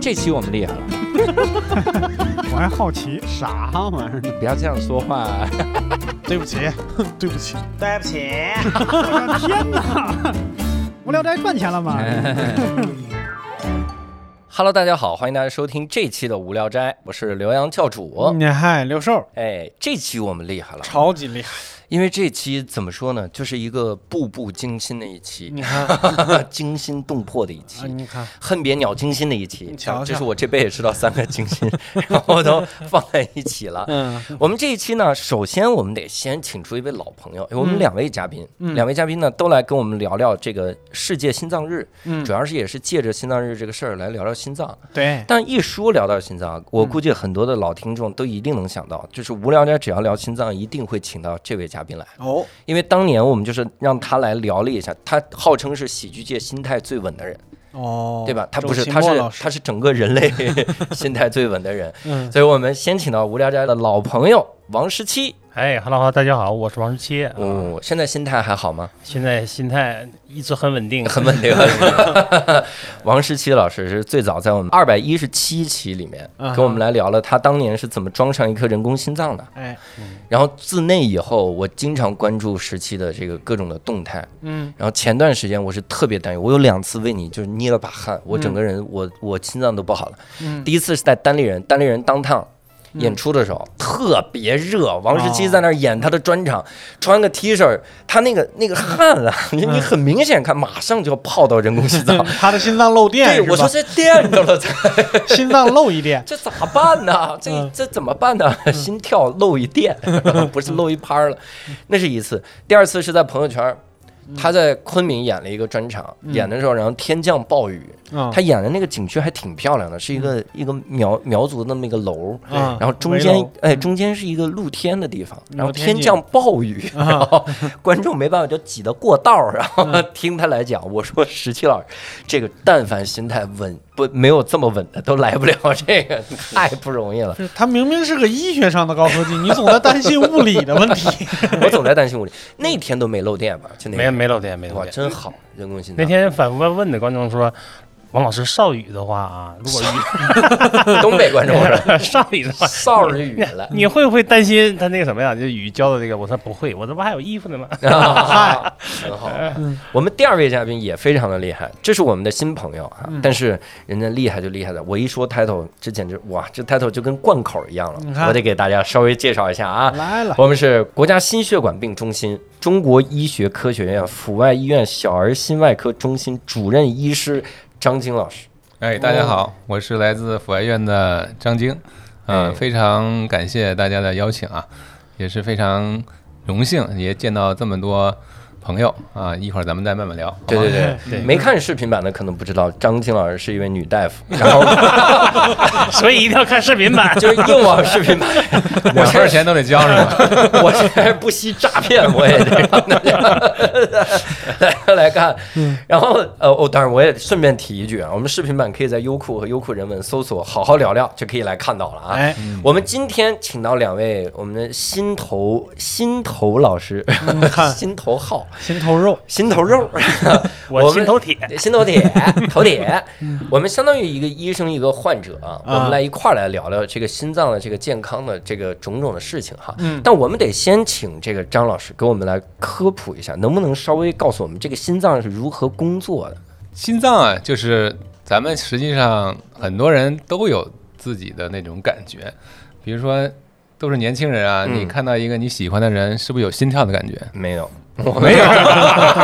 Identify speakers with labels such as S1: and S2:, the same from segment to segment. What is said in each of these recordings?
S1: 这期我们厉害了，
S2: 我还好奇，
S3: 啥玩意儿？
S1: 不要这样说话。
S4: 对不起，对不起，
S5: 对不起，
S2: 我的天哪！无聊斋赚钱了吗？
S1: Hello，大家好，欢迎大家收听这期的无聊斋，我是刘洋教主。
S4: 你嗯嗨，刘寿，
S1: 哎，这期我们厉害了，
S4: 超级厉害！
S1: 因为这期怎么说呢，就是一个步步惊心的一期，
S4: 你看，
S1: 惊心动魄的一期。
S4: 你看，
S1: 恨别鸟惊心的一期
S4: 嗯你，瞧瞧
S1: 这是我这辈子知道三个惊心， 然后都放在一起了。
S4: 嗯，
S1: 我们这一期呢，首先我们得先请出一位老朋友，我们
S4: 嗯
S1: 两位嘉宾，
S4: 嗯
S1: 两位嘉宾呢都来跟我们聊聊这个世界心脏日，
S4: 嗯
S1: 主要是也是借着心脏日这个事儿来聊聊心脏。
S4: 对，
S1: 但一说聊到心脏，我估计很多的老听众都一定能想到，就是无聊斋只要聊心脏，一定会请到这位嘉宾来，
S4: 哦，
S1: 因为当年我们就是让他来聊了一下，他号称是喜剧界心态最稳的人，
S4: 哦，
S1: 对吧？他
S4: 周
S1: 不是，
S4: 奇
S1: 他
S4: 墨
S1: 是
S4: 老师
S1: 他是整个人类 心态最稳的人，
S4: 嗯，
S1: 所以我们先请到无聊斋的老朋友王十七。
S6: 哎哈喽哈喽，大家好，我是王十七。嗯，
S1: 哦，现在心态还好吗？
S6: 现在心态一直很稳定，
S1: 很稳定。王十七老师是最早在我们二百一十七期里面
S4: 嗯哼
S1: 跟我们来聊了他当年是怎么装上一颗人工心脏的。
S4: 哎，
S1: 然后自那以后，我经常关注十七的这个各种的动态。
S4: 嗯，
S1: 然后前段时间我是特别担忧，我有两次为你就是捏了把汗，我整个人我我心脏都不好了。
S4: 嗯
S1: 第一次是在单立人，单立人当趟。演出的时候特别热，王十七在那儿演他的专场，穿个 T 恤，他那个那个汗啊，你你很明显看，马上就要泡到人工心脏。
S4: 嗯他的心脏漏 电
S1: 对，
S4: 是吧，
S1: 我说这垫着了，这，
S4: 心脏漏一电
S1: 这咋办呢？这这怎么办呢？心跳漏一电，不是漏一拍儿了，那是一次。第二次是在朋友圈儿，他在昆明演了一个专场，演的时候，然后天降暴雨，
S4: 嗯
S1: 他演的那个景区还挺漂亮的，是一个一个苗苗族的那么一个楼，
S4: 嗯
S1: 然后中
S4: 围
S1: 间
S4: 楼
S1: 哎中间是一个露天的地方，然后
S4: 露天
S1: 天
S4: 景
S1: 降暴雨，然后观众没办法就挤到过道儿，然后 听他来讲，我说十七老师这个但凡心态稳不没有这么稳的都来不了，这个太不容易了。
S4: 不是他明明是个医学上的高科技，你总在担心物理的问题。
S1: 我总在担心我这那天都没漏电吧？就那
S6: 没
S1: 天
S6: 没漏电，没漏
S1: 哇
S6: 电。
S1: 真好，人工心
S6: 那
S1: 脏
S6: 天反复问的观众说，王老师少雨的话啊，如果
S1: 东北 观众是吧
S6: 雨少雨的话，
S1: 少儿语了。
S6: 你会不会担心他那个什么呀？就雨浇的这个，我说不会，我这不还有衣服呢吗？
S1: 啊，很好。
S4: 嗯
S1: 我们第二位嘉宾也非常的厉害，这是我们的新朋友
S4: 嗯
S1: 啊，但是人家厉害就厉害在，我一说 title，这简直哇，这 title 就跟贯口一样
S4: 你
S1: 了。
S4: 看
S1: 我得给大家稍微介绍一下啊，
S4: 嗯 来了，
S1: 我们是国家心血管病中心、中国医学科学院阜外医院小儿心外科中心主任医师张晶老师。
S7: 哎，大家好，我是来自阜外院的张晶，嗯、
S1: 哎
S7: 非常感谢大家的邀请啊，也是非常荣幸，也见到这么多朋友啊，一会儿咱们再慢慢聊。好吗
S1: 对对
S4: 哎
S1: 对。
S6: 对，
S1: 没看视频版的可能不知道，张晶老师是一位女大夫，然后。
S6: 所以一定要看视频版
S1: 就是硬往视频版。 我
S7: 两
S1: 是
S7: 份钱都得交 是吧？
S1: 我这还不惜诈骗，我也得让大家 来来看。
S6: 嗯
S1: 然后呃，我、当然我也顺便提一句啊，我们视频版可以在优酷和优酷人文搜索“好好聊聊”就可以来看到了啊。
S4: 哎，
S1: 我们今天请到两位我们的心头心头老师，
S6: 嗯
S1: 心头好，
S4: 心头肉，
S1: 心头肉，
S6: 我心头铁，
S1: 心头铁，头铁，我们相当于一个医生，一个患者啊，我们来一块儿来聊聊这个心脏的这个健康的这个种种的事情哈。
S4: 嗯
S1: 但我们得先请这个张老师给我们来科普一下，能不能稍微告诉我们这个心脏是如何工作的？
S7: 心脏啊，就是咱们实际上很多人都有自己的那种感觉，比如说都是年轻人啊，
S1: 嗯
S7: 你看到一个你喜欢的人，是不是有心跳的感觉？
S1: 没有，我没有，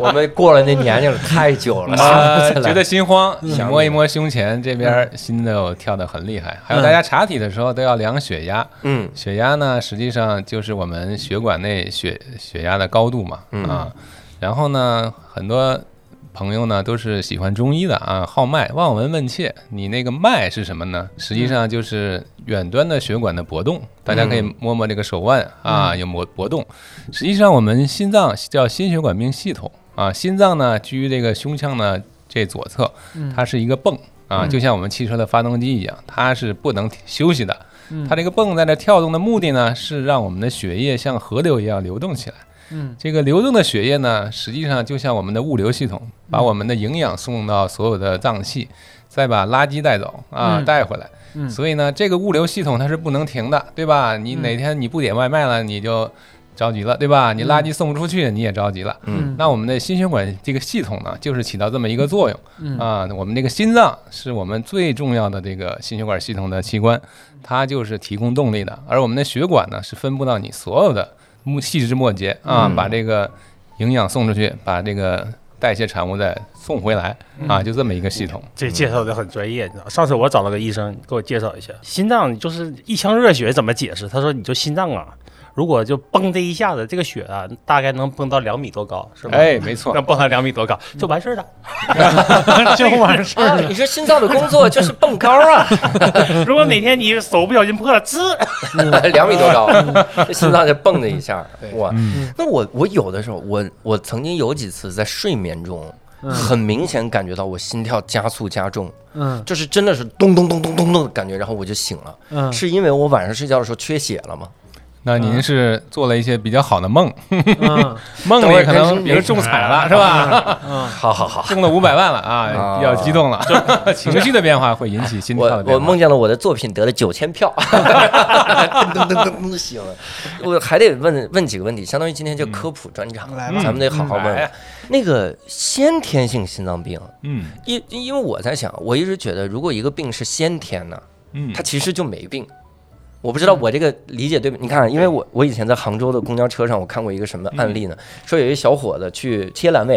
S1: 我们过了那年龄了，太久了，
S7: 啊，
S1: 想不起来嗯
S7: 觉得心慌，你
S1: 想
S7: 摸
S1: 你
S7: 一摸胸前这边儿，心都跳得很厉害。还有大家查体的时候都要量血压，
S1: 嗯
S7: 血压呢实际上就是我们血管内血血压的高度嘛，啊，然后呢很多。朋友呢都是喜欢中医的啊，号脉望闻问切。你那个脉是什么呢？实际上就是远端的血管的搏动，大家可以摸摸这个手腕啊，有搏搏动。实际上，我们心脏叫心血管病系统啊，心脏呢居于这个胸腔呢这左侧，它是一个泵
S4: 嗯
S7: 啊，就像我们汽车的发动机一样，它是不能休息
S4: 嗯
S7: 的。它这个泵在这跳动的目的呢，是让我们的血液像河流一样流动起来。
S4: 嗯
S7: 这个流动的血液呢，实际上就像我们的物流系统，把
S4: 嗯
S7: 我们的营养送到所有的脏器，再把垃圾带走啊，
S4: 嗯
S7: 带回来。
S4: 嗯
S7: 所以呢，这个物流系统它是不能停的，对吧？你
S4: 嗯
S7: 哪天你不点外卖了，你就着急了，对吧？你垃圾送不出去，你也着急了。
S4: 嗯
S7: 那我们的心血管这个系统呢，就是起到这么一个作用
S4: 嗯
S7: 啊。我们这个心脏是我们最重要的这个心血管系统的器官，它就是提供动力的。而我们的血管呢，是分布到你所有的末细枝末节啊，
S1: 嗯
S7: 把这个营养送出去，把这个代谢产物再送回来
S1: 嗯
S7: 啊，就这么一个系统。
S6: 这介绍的很专业，你知道？上次我找了个医生给我介绍一下，心脏就是一腔热血怎么解释？他说你就心脏啊，如果就蹦这一下子，这个血啊大概能蹦到两米多高，是吧？
S7: 哎，没 错，
S6: 能蹦到两米多高就完事儿了。
S4: 就完事
S1: 啊
S4: 儿，了。
S1: 你说心脏的工作就是蹦高啊，
S6: 如果哪天你手不小心破了，吱，
S1: 两米多
S4: 嗯
S1: 高，这心脏就蹦的一 下，哇
S7: 嗯！
S1: 那我我有的时候，我我曾经有几次在睡眠中，
S4: 嗯
S1: 很明显感觉到我心跳加速加重，
S4: 嗯
S1: 就是真的是咚咚咚咚咚咚的感觉，然后我就醒了，
S4: 嗯，
S1: 是因为我晚上睡觉的时候缺血了吗？
S7: 那您是做了一些比较好的梦，
S4: 嗯
S7: 梦
S1: 等会儿
S7: 里可
S1: 真是
S7: 能比如
S1: 没
S7: 中彩了，是吧？
S4: 嗯
S1: 好好好，
S7: 中了五百万了
S1: 啊
S7: 啊，比较激动了， 情绪的变化会引起心跳的
S1: 我
S7: 变化。
S1: 我梦见了我的作品得了九千 票，噔噔噔噔噔醒了。我还得问问几个问题，相当于今天就科普专场，
S4: 嗯来吧
S1: 咱们得好好问
S7: 嗯
S1: 问。
S7: 来
S1: 那个先天性心脏病，
S7: 嗯
S1: 因因为我在想，我一直觉得如果一个病是先天呢，
S7: 嗯
S1: 它其实就没病。我不知道我这个理解对不？你看，啊因为我我以前在杭州的公交车上，我看过一个什么
S7: 嗯
S1: 案例呢？说有一小伙子去切阑尾，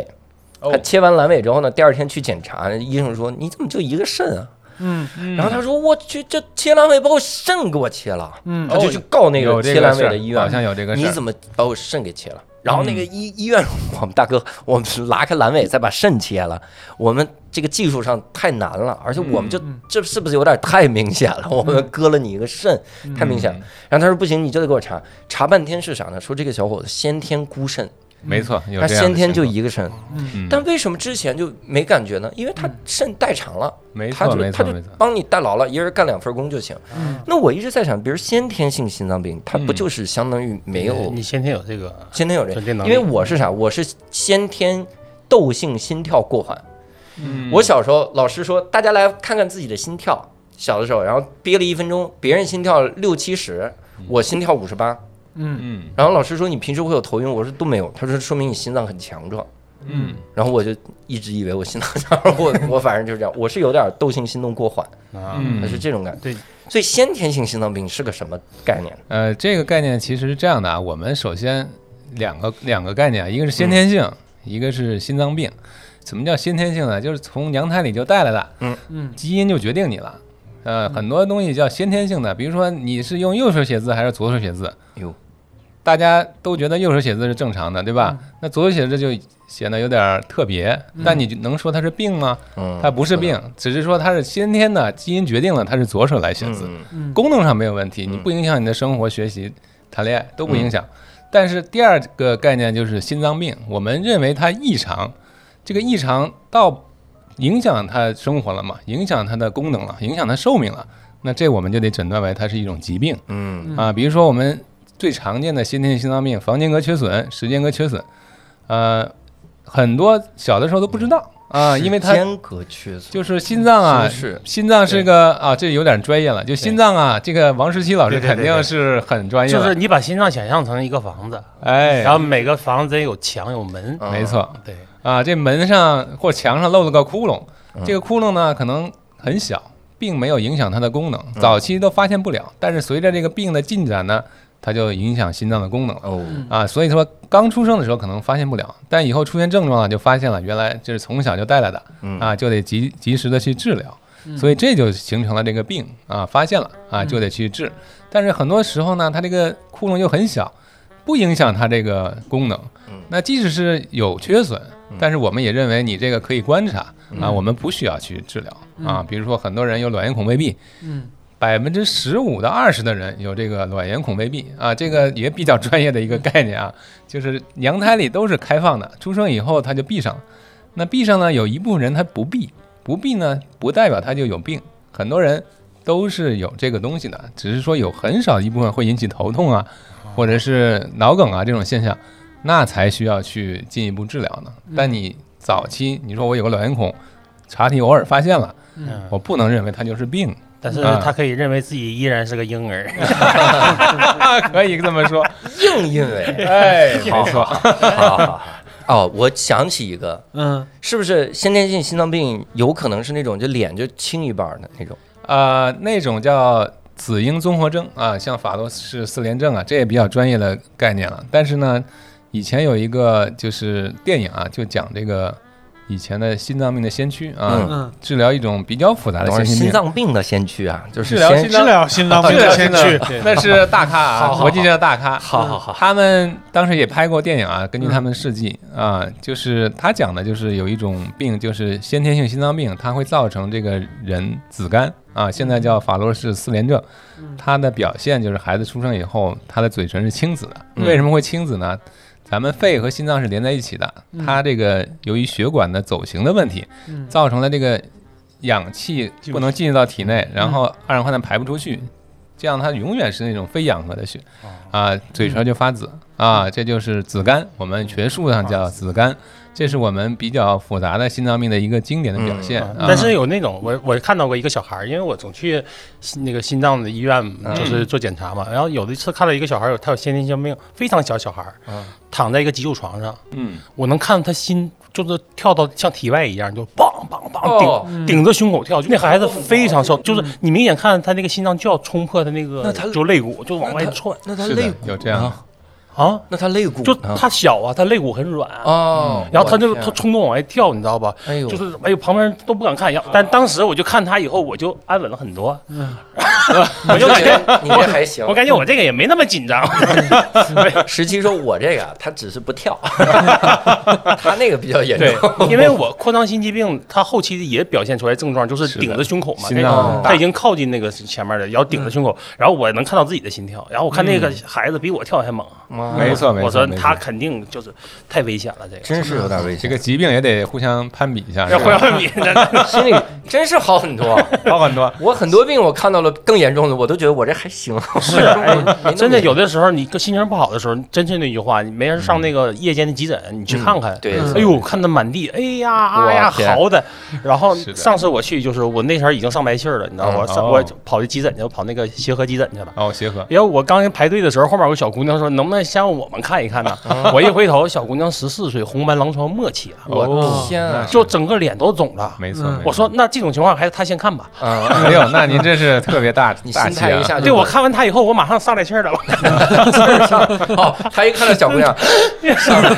S7: 哦
S1: 他切完阑尾之后呢，第二天去检查，医生说你怎么就一个肾啊？
S4: 嗯
S1: 然后他说我去，这切阑尾把我肾给我切了，
S4: 嗯
S1: 他就去告那
S7: 哦有
S1: 个
S7: 这
S1: 切
S7: 个
S1: 阑
S7: 事
S1: 尾
S7: 儿
S1: 的医院，
S7: 好像有这个事
S1: 你
S7: 儿嗯
S1: 怎么把我肾给切了？然后那个医医院， 我们大哥，我们拉开阑尾再把肾切了，我们这个技术上太难了，而且我们就
S7: 嗯
S1: 这是不是有点太明显了？我们割了你一个肾，
S7: 嗯
S1: 太明显了。然后他说不行，你就得给我查，查半天是啥呢？说这个小伙子先天孤肾，
S7: 没错，有
S1: 嗯他
S7: 这样的
S1: 先天就
S7: 情
S1: 一个肾，
S7: 嗯
S1: 但为什么之前就没感觉呢？因为他肾代偿了。
S7: 况没
S1: 他
S7: 错
S1: 就
S7: 没
S1: 他
S7: 错
S1: 就
S7: 没错，
S1: 帮你代劳了，一人干两份工就行。
S4: 嗯
S1: 那我一直在想，比如先天性心脏病，它不
S7: 嗯
S1: 就是相当于 没有
S6: 你先天有这个，
S1: 先天有这
S6: 准定能
S1: 因
S6: 力
S1: 为我是啥？我是先天窦性心跳过缓。
S7: 嗯
S1: 我小时候老师说，大家来看看自己的心跳。小的时候，然后憋了一分钟，别人心跳六七十，我心跳五十八。
S4: 嗯
S7: 嗯
S1: 然后老师说你平时会有头晕，我说都没有。他说说明你心脏很强壮。
S7: 嗯
S1: 然后我就一直以为我心脏强壮， 我我反正就是这样，我是有点窦性心动过缓。
S6: 啊，
S7: 嗯
S1: 它是这种感觉。
S6: 对，
S1: 所以先天性心脏病是个什么概念？
S7: 呃，这个概念其实是这样的啊，我们首先两个两个概念啊，一个是先天性，一个是心脏病。什么叫先天性呢？就是从娘胎里就带来的，
S4: 嗯
S7: 基因就决定你了。呃，很多东西叫先天性的，比如说你是用右手写字还是左手写字，
S1: 哟，
S7: 大家都觉得右手写字是正常的，对吧？
S1: 嗯
S7: 那左手写字就显得有点儿特别，但你能说它是病吗？
S1: 嗯，
S7: 它不是病，只是说它是先天的基因决定了它是左手来写字，
S1: 嗯
S4: 嗯
S7: 功能上没有问题，你不影响你的生活、学习、谈恋爱都不影响。
S1: 嗯
S7: 但是第二个概念就是心脏病，我们认为它异常，这个异常到影响他生活了嘛，影响他的功能了，影响他寿命了，那这我们就得诊断为它是一种疾病。
S1: 嗯
S7: 啊，比如说我们最常见的先天性心脏病，房间隔缺损、时间隔缺损，呃，很多小的时候都不知道啊，因为它
S1: 间隔缺损，
S7: 就是心脏啊，
S1: 是
S7: 心脏是个啊，这有点专业了，就心脏啊，这个王十七老师
S6: 对对
S7: 肯
S6: 对
S7: 定
S6: 对
S7: 是很专业
S6: 就
S7: 了，
S6: 是你把心脏想象成一个房子，
S7: 哎
S6: 然，后每个房子有墙有门，
S1: 啊
S7: 没错
S6: 对，
S7: 啊，这门上或墙上漏了个窟窿，
S6: 嗯
S7: 这个窟窿呢可能很小，并没有影响它的功
S6: 嗯
S7: 能，早期都发现不了，但是随着这个病的进展呢，它就影响心脏的功能了。
S1: 哦，
S4: 嗯
S7: 啊，所以说刚出生的时候可能发现不了，但以后出现症状了就发现了，原来这是从小就带来的
S1: 嗯
S7: 啊，就得及及时的去治疗，所以这就形成了这个病啊，发现了啊
S1: 嗯
S7: 就得去治，但是很多时候呢，它这个窟窿又很小，不影响它这个功能
S1: 嗯，
S7: 那即使是有缺损，但是我们也认为你这个可以观察
S1: 嗯
S7: 啊，我们不需要去治疗啊，比如说很多人有卵圆孔未闭，
S4: 嗯
S7: 百分之十五到二十的人有这个卵圆孔未闭啊，这个也比较专业的一个概念啊， 就是娘胎里都是开放的，出生以后它就闭上了。那闭上呢，有一部分人他不闭，不闭呢不代表他就有病，很多人都是有这个东西的，只是说有很少一部分会引起头痛啊，或者是脑梗啊这种现象。那才需要去进一步治疗呢。但你早期，你说我有个老圆孔，查体偶尔发现了，
S6: 嗯，
S7: 我不能认为它就是病，
S6: 但是
S7: 啊
S6: 他可以认为自己依然是个婴儿，
S7: 啊可以这么说。
S1: 硬因为，
S7: 哎，
S1: 好
S7: 没错，
S1: 好好好哦，我想起一个，
S4: 嗯，
S1: 是不是先天性心脏病有可能是那种就脸就青一半儿的那种？
S7: 呃，那种叫子婴综合征啊，像法罗氏四联症啊，这也比较专业的概念了。但是呢，以前有一个就是电影啊，就讲这个以前的心脏病的先驱啊，
S1: 嗯
S4: 嗯
S7: 治疗一种比较
S6: 啊
S7: 复杂的
S1: 等会儿
S7: 先心
S1: 心
S7: 病。
S1: 脏病的先驱啊，就是
S7: 治疗
S1: 先
S7: 心
S4: 治疗心脏病
S7: 治疗
S4: 的
S7: 心
S4: 先
S7: 脏
S4: 驱，
S7: 那是大咖啊，
S1: 好好
S7: 国际上的大咖。
S1: 好好好，
S7: 他们当时也拍过电影啊，根据他们事迹啊，就是他讲的就是有一种病，就是先天性心脏病，它会造成这个人子干啊，现在叫法洛氏四联症。它的表现就是孩子出生以后，他的嘴唇是青紫的。
S1: 嗯
S7: 为什么会青紫呢？咱们肺和心脏是连在一起的，它这个由于血管的走形的问题，
S4: 嗯
S7: 造成了这个氧气不能进入到体内，然后二氧化碳排不出去，这样它永远是那种非氧合的血，啊，嘴唇就发紫啊，这就是紫绀，我们学术上叫紫绀，这是我们比较复杂的心脏病的一个经典的表现。
S6: 啊
S1: 嗯
S7: 啊
S6: 但是有那种我我看到过一个小孩儿，因为我总去心那个心脏的医院
S1: 嗯
S6: 就是做检查嘛，然后有的次看到一个小孩儿有他有先天性病，非常小小孩儿
S1: 嗯，
S6: 躺在一个急救床上，
S7: 嗯，
S6: 我能看到他心就是跳到像体外一样，就梆梆梆顶、
S1: 哦
S6: 顶着胸口跳，那孩子非常瘦，就是你明显看他那个心脏就要冲破他那
S1: 嗯
S6: 个，
S1: 那他
S6: 就肋骨就往外窜
S1: 那他
S7: 是的哦
S1: 肋，骨
S7: 有这样的。
S6: 啊，
S1: 那他肋骨
S6: 就
S1: 呢
S6: 他小啊，他肋骨很软，
S1: 嗯哦，
S6: 然后他就
S1: 我的
S6: 他
S1: 天
S6: 冲动往外跳，你知道吧？
S1: 哎呦，
S6: 就是哎呦，旁边人都不敢看，然后但当时我就看他以后，我就安稳了很多，
S1: 嗯我就觉得你这还行
S6: 我。感觉我这个也没那么紧张，
S1: 十七说，我这个他只是不 跳，他那个比较严
S6: 对
S1: 重。，
S6: 因为我扩张心肌病，它后期也表现出来症状，就是顶着胸口嘛，
S7: 心
S6: 那
S7: 脏
S6: 个
S1: 很大嗯
S6: 它已经靠近那个前面了，然后顶着胸口，然后我能看到自己的心跳，然后我看那个孩子比我跳还猛，
S7: 没错没错
S6: 我说
S7: 没错
S6: 他肯定就是太危险了，这个
S1: 真是有点危
S7: 这
S1: 险，
S7: 个疾病也得互相攀比一下，
S6: 要
S7: 是
S6: 互
S7: 吧
S6: 相比，真的
S1: 心里真是好很多。
S7: 好很多。
S1: 我很多病我看到了更严重的，我都觉得我这还行。
S6: 是哎真的有的时候你个心情不好的时候，真是那句话，你没人上那个夜间的急诊，你去看看，
S1: 对
S6: 哎呦，看他满地，哎呀，啊呀，
S1: 我天
S6: 嚎的。然后
S7: 是的
S6: 上次我去，就是我那时候已经上白气儿了，你知道吗？我
S7: 嗯
S6: 上
S7: 哦
S6: 我跑去急诊去，我跑那个协和急诊去了。
S7: 哦，协和，
S6: 因为我刚排队的时候，后面有个小姑娘说：“能不能先让我们看一看呢？”我一回头，小姑娘十四岁，红斑狼疮末期了，
S1: 我天啊！
S6: 就整个脸都肿了。
S7: 没
S4: 嗯
S7: 错。没错
S6: 我说：“那这种情况还是她先看吧。
S1: 啊
S7: 哎呦，那您真是特别大
S1: 你
S7: 大
S1: 心
S7: 气
S1: 态一
S7: 啊！
S1: 下”就
S6: 对，我看完她以后，我马上上来气儿了。
S1: 哦，他一看到小姑娘，上来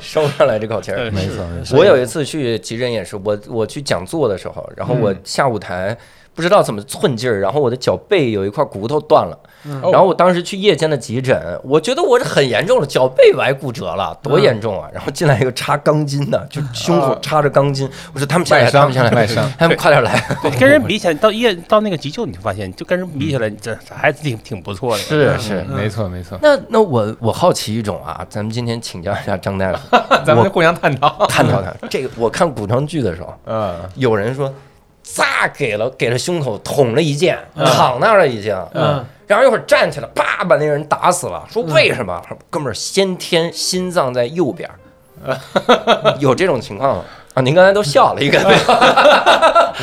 S1: 收上来这口气儿。
S6: 没
S7: 错，
S1: 我有一次去急诊也是，我我去讲座的时候，然后我
S7: 嗯
S1: 下舞台不知道怎么寸劲儿，然后我的脚背有一块骨头断了，
S7: 哦
S1: 然后我当时去夜间的急诊，我觉得我是很严重了，脚背崴骨折了，
S7: 嗯
S1: 多严重啊！然后进来一个插钢筋的，就胸口插着钢筋，我说他们下来，
S7: 外伤
S1: 他们下来，
S7: 外伤，
S1: 他们快点来。
S6: 对，跟人比起来，嗯到夜到那个急救，你就发现，就跟人比起来，你这还挺挺不错的。
S1: 是是。
S7: 没错没错，
S1: 那那我我好奇一种啊，咱们今天请教一下张大夫，
S7: 咱们互相探讨。
S1: 探讨探讨这个。我看古装剧的时候，
S7: 嗯，
S1: 有人说，咋给了给了胸口捅了一剑，
S7: 嗯
S1: 躺那儿了已经。
S4: 嗯，
S1: 然后一会儿站起来，啪把那人打死了。
S7: 嗯
S1: 说为什么？哥们儿，先天心脏在右 边儿，有这种情况吗？啊，您刚才都笑了一
S7: 嗯
S1: 个，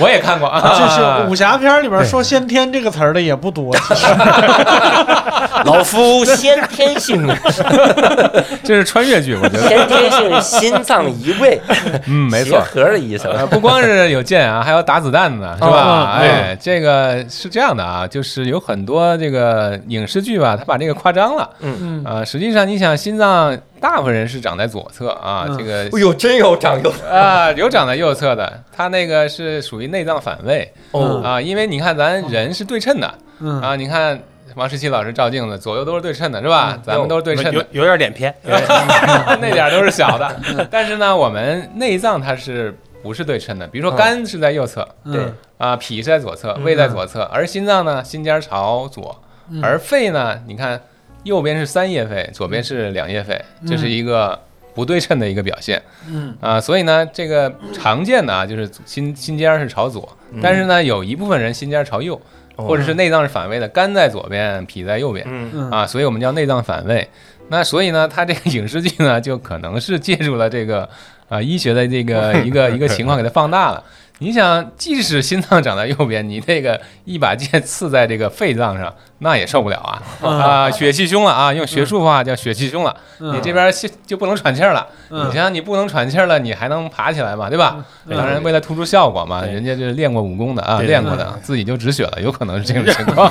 S7: 我也看过啊，
S4: 就是武侠片里边说先天这个词儿的也不多，其实
S1: 老夫先天性，
S7: 这是穿越剧，我觉得，
S1: 先天性心脏移位，
S7: 嗯，没错
S1: 协。和的意思。
S7: 呃，不光是有箭啊，还有打子弹呢，是吧？
S4: 嗯嗯
S7: 哎，这个是这样的啊，就是有很多这个影视剧吧，它把这个夸张了。
S1: 嗯
S7: 啊、实际上你想，心脏大部分人是长在左侧啊，
S4: 嗯
S7: 这个
S1: 哎呦，真有长有
S7: 啊、有长在右侧的，它那个是属于内脏反位
S1: 哦，
S7: 啊、因为你看咱人是对称的
S4: 嗯，
S7: 啊，你看王十七老师照镜子，左右都是对称的，是
S4: 嗯
S7: 吧？咱们都是 对称
S6: 有
S7: 的，
S6: 有点脸偏，
S7: 那点儿都是小
S4: 嗯
S7: 的。 但是呢，我们内脏它是不是对称的？比如说肝是在右侧。
S1: 对
S4: 嗯，
S7: 啊，脾是在左侧，胃在左侧，而心脏呢，心尖儿朝左，
S4: 嗯
S7: 而肺呢，你看右边是三叶肺，左边是两叶肺，这是一个不对称的一个表现。
S4: 嗯
S7: 啊，所以呢，这个常见的啊，就是心心尖儿是朝左，但是呢，有一部分人心尖儿朝右，或者是内脏是反位的，肝在左边，脾在右边
S1: 嗯
S4: 嗯
S7: 啊，所以我们叫内脏反位。那所以呢，他这个影视剧呢，就可能是借助了这个啊、医学的 这个一个一个情况，给它放大了。你想，即使心脏长在右边，你这个一把剑刺在这个肺脏上，那也受不了啊
S4: 嗯
S7: 啊、血气胸了啊！用学术话叫血气胸了，你这边就就不能喘气儿了。
S4: 嗯
S7: 你想想，你不能喘气儿了，你还能爬起来吗？对吧？
S4: 嗯
S7: 当然，为了突出效果嘛，
S6: 对
S7: 人家就是练过武功的啊，
S6: 对
S7: 练过
S4: 嗯
S7: 的，自己就止血了，有可能是这种情 况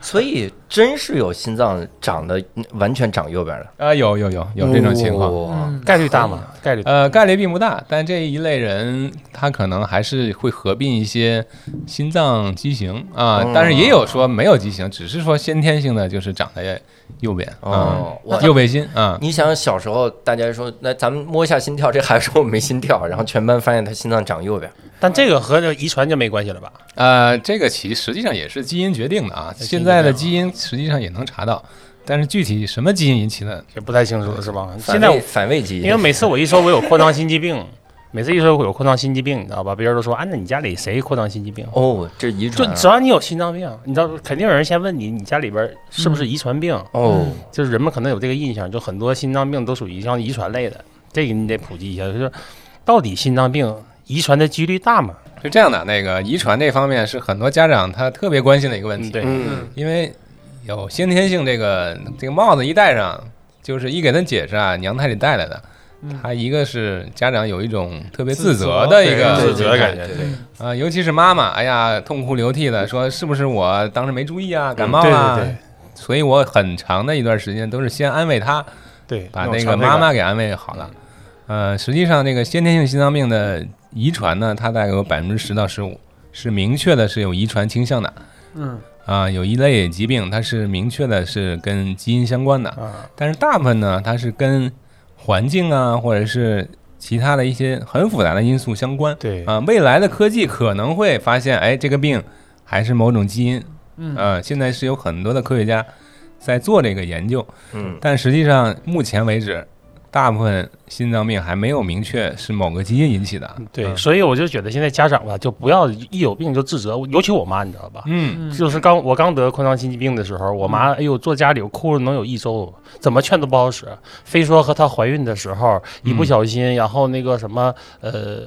S1: 所以真是有心脏长得完全长右边的，哦
S7: 啊，有有有有这种情况。
S1: 况
S6: 概率大嘛？嗯概率大
S7: 呃，概率并不大，但这一类人他可能还是会合并一些心脏畸形啊，
S6: 哦
S7: 但是也有说没有畸形，只是说先天性的就是长在右边啊
S1: 哦，哇
S7: 右背心啊，
S1: 你想想小时候，大家说那咱们摸一下心跳，这孩子说我没心跳，然后全班发现他心脏长右边，
S6: 但这个和这遗传就没关系了吧？
S7: 呃，这个其实际上也是基因决定的啊，
S6: 基因
S7: 现在的
S6: 决定
S7: 基因实际上也能查到，但是具体什么基因引起的，
S6: 也不太清楚是吧？
S1: 反
S6: 现在
S1: 胃
S6: 我
S1: 反胃基
S6: 因为
S1: 因，
S6: 每次我一说我有扩张心肌病，每次一说我有扩张心肌病，你知道吧？别人都说啊，那你家里谁扩张心肌病？
S1: 哦，这遗
S6: 就
S1: 传啊
S6: 只要你有心脏病，你知道肯定有人先问你，你家里边是不是遗传病？
S1: 哦，
S6: 就是人们可能有这个印象，就很多心脏病都属于像遗传类的，这个你得普及一下，就是到底心脏病遗传的几率大吗？
S7: 是这样的，那个遗传这方面是很多家长他特别关心的一个问题
S6: 嗯，，对，
S1: 嗯
S7: 因为有先天性这个这个帽子一戴上，就是一给他解释啊，娘胎里带来的。他一个是家长有一种特别自责的一个
S1: 对
S6: 对自责的感
S1: 对
S6: 觉
S1: 对对
S7: 啊、尤其是妈妈，哎呀，痛哭流涕的说，是不是我当时没注意啊，感冒
S6: 嗯
S7: 了、
S6: 对对
S7: 所以我很长的一段时间都是先安慰他，
S6: 对，
S7: 把
S6: 那
S7: 那
S6: 种
S7: 个
S6: 常
S7: 妈妈给安慰好了。呃，实际上这个先天性心脏病的遗传呢，它大概有百分之十到十五是明确的是有遗传倾向的。
S4: 嗯
S7: 啊，有一类疾病它是明确的是跟基因相关的，
S6: 啊，
S7: 但是大部分呢，它是跟环境啊，或者是其他的一些很复杂的因素相关。
S6: 对，
S7: 啊，未来的科技可能会发现，哎，这个病还是某种基因。
S4: 嗯
S7: 啊，现在是有很多的科学家在做这个研究，
S1: 嗯，
S7: 但实际上目前为止，大部分心脏病还没有明确是某个基因引起的。
S6: 对，所以我就觉得现在家长吧，啊就不要一有病就自责，尤其我妈，你知道吧？
S7: 嗯，
S4: 嗯
S6: 就是刚我刚得扩张心肌病的时候，我妈哎呦坐家里哭了能有一周，怎么劝都不好使，非说和她怀孕的时候一
S7: 嗯
S6: 不小心，然后那个什么呃。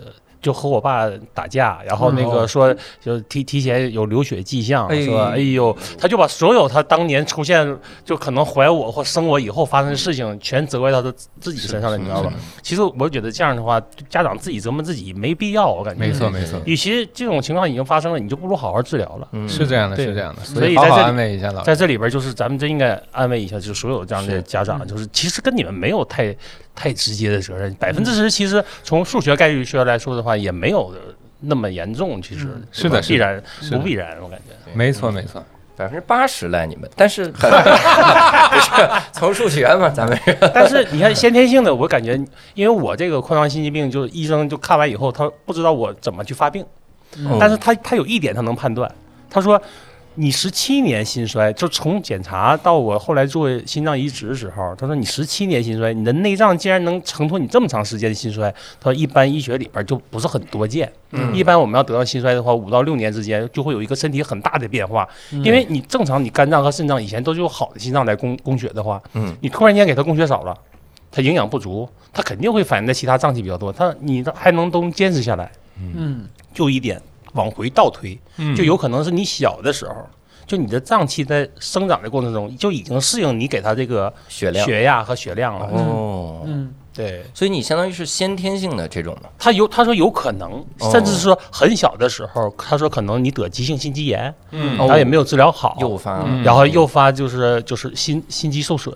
S6: 就和我爸打架，然后那个说就提提前有流血迹象，
S7: 哦哎
S6: 说哎呦，他就把所有他当年出现就可能怀我或生我以后发生的事情全责怪到他自己身上了，你知道吧？其实我觉得这样的话，家长自己折磨自己没必要，我感觉。
S7: 没错没错，
S6: 与其这种情况已经发生了，你就不如好好治疗了。
S1: 嗯
S7: 是这样的，
S6: 对
S7: 是这样的，
S6: 所以
S7: 好
S6: 在
S7: 好
S6: 这里
S7: 安慰一下老人。
S6: 在这里边，就是咱们真应该安慰一下，就是所有这样的家
S7: 嗯
S6: 长，就是其实跟你们没有太太直接的责任，百分
S7: 嗯
S6: 之十其实从数学概率学来说的话，也没有那么严重，其实
S7: 嗯是
S6: 对
S7: 的
S6: 吧
S7: 是的
S6: 必然
S7: 是的
S6: 不必然，我感觉。
S7: 没错没错。
S1: 百分之八十赖你们，但是 不是从数学嘛，咱们是
S6: 但是你看先天性的，我感觉，因为我这个扩张心肌病，就是医生就看完以后，他不知道我怎么去发病，但是他他有一点他能判断，他说你十七年心衰，就从检查到我后来做心脏移植的时候，他说你十七年心衰，你的内脏竟然能承托你这么长时间的心衰，他说一般医学里边就不是很多见，一般我们要得到心衰的话，五到六年之间就会有一个身体很大的变化，因为你正常你肝脏和肾脏以前都是有好的心脏来供供血的话，
S1: 嗯，
S6: 你突然间给它供血少了。它营养不足，它肯定会反映在其他脏器比较多。它你还能都坚持下来，
S4: 嗯
S6: 就一点往回倒推，
S1: 嗯
S6: 就有可能是你小的时候，就你的脏器在生长的过程中就已经适应你给它这个
S1: 血量
S6: 血压和血量了。
S1: 哦，
S4: 嗯
S6: 对，
S1: 所以你相当于是先天性的这种嘛，
S6: 他有他说有可能，
S1: 哦
S6: 甚至说很小的时候，他说可能你得急性心肌炎，
S7: 嗯
S6: 然后也没有治疗好，
S1: 诱发了，
S7: 嗯
S6: 然后诱发就是就是心心肌受损，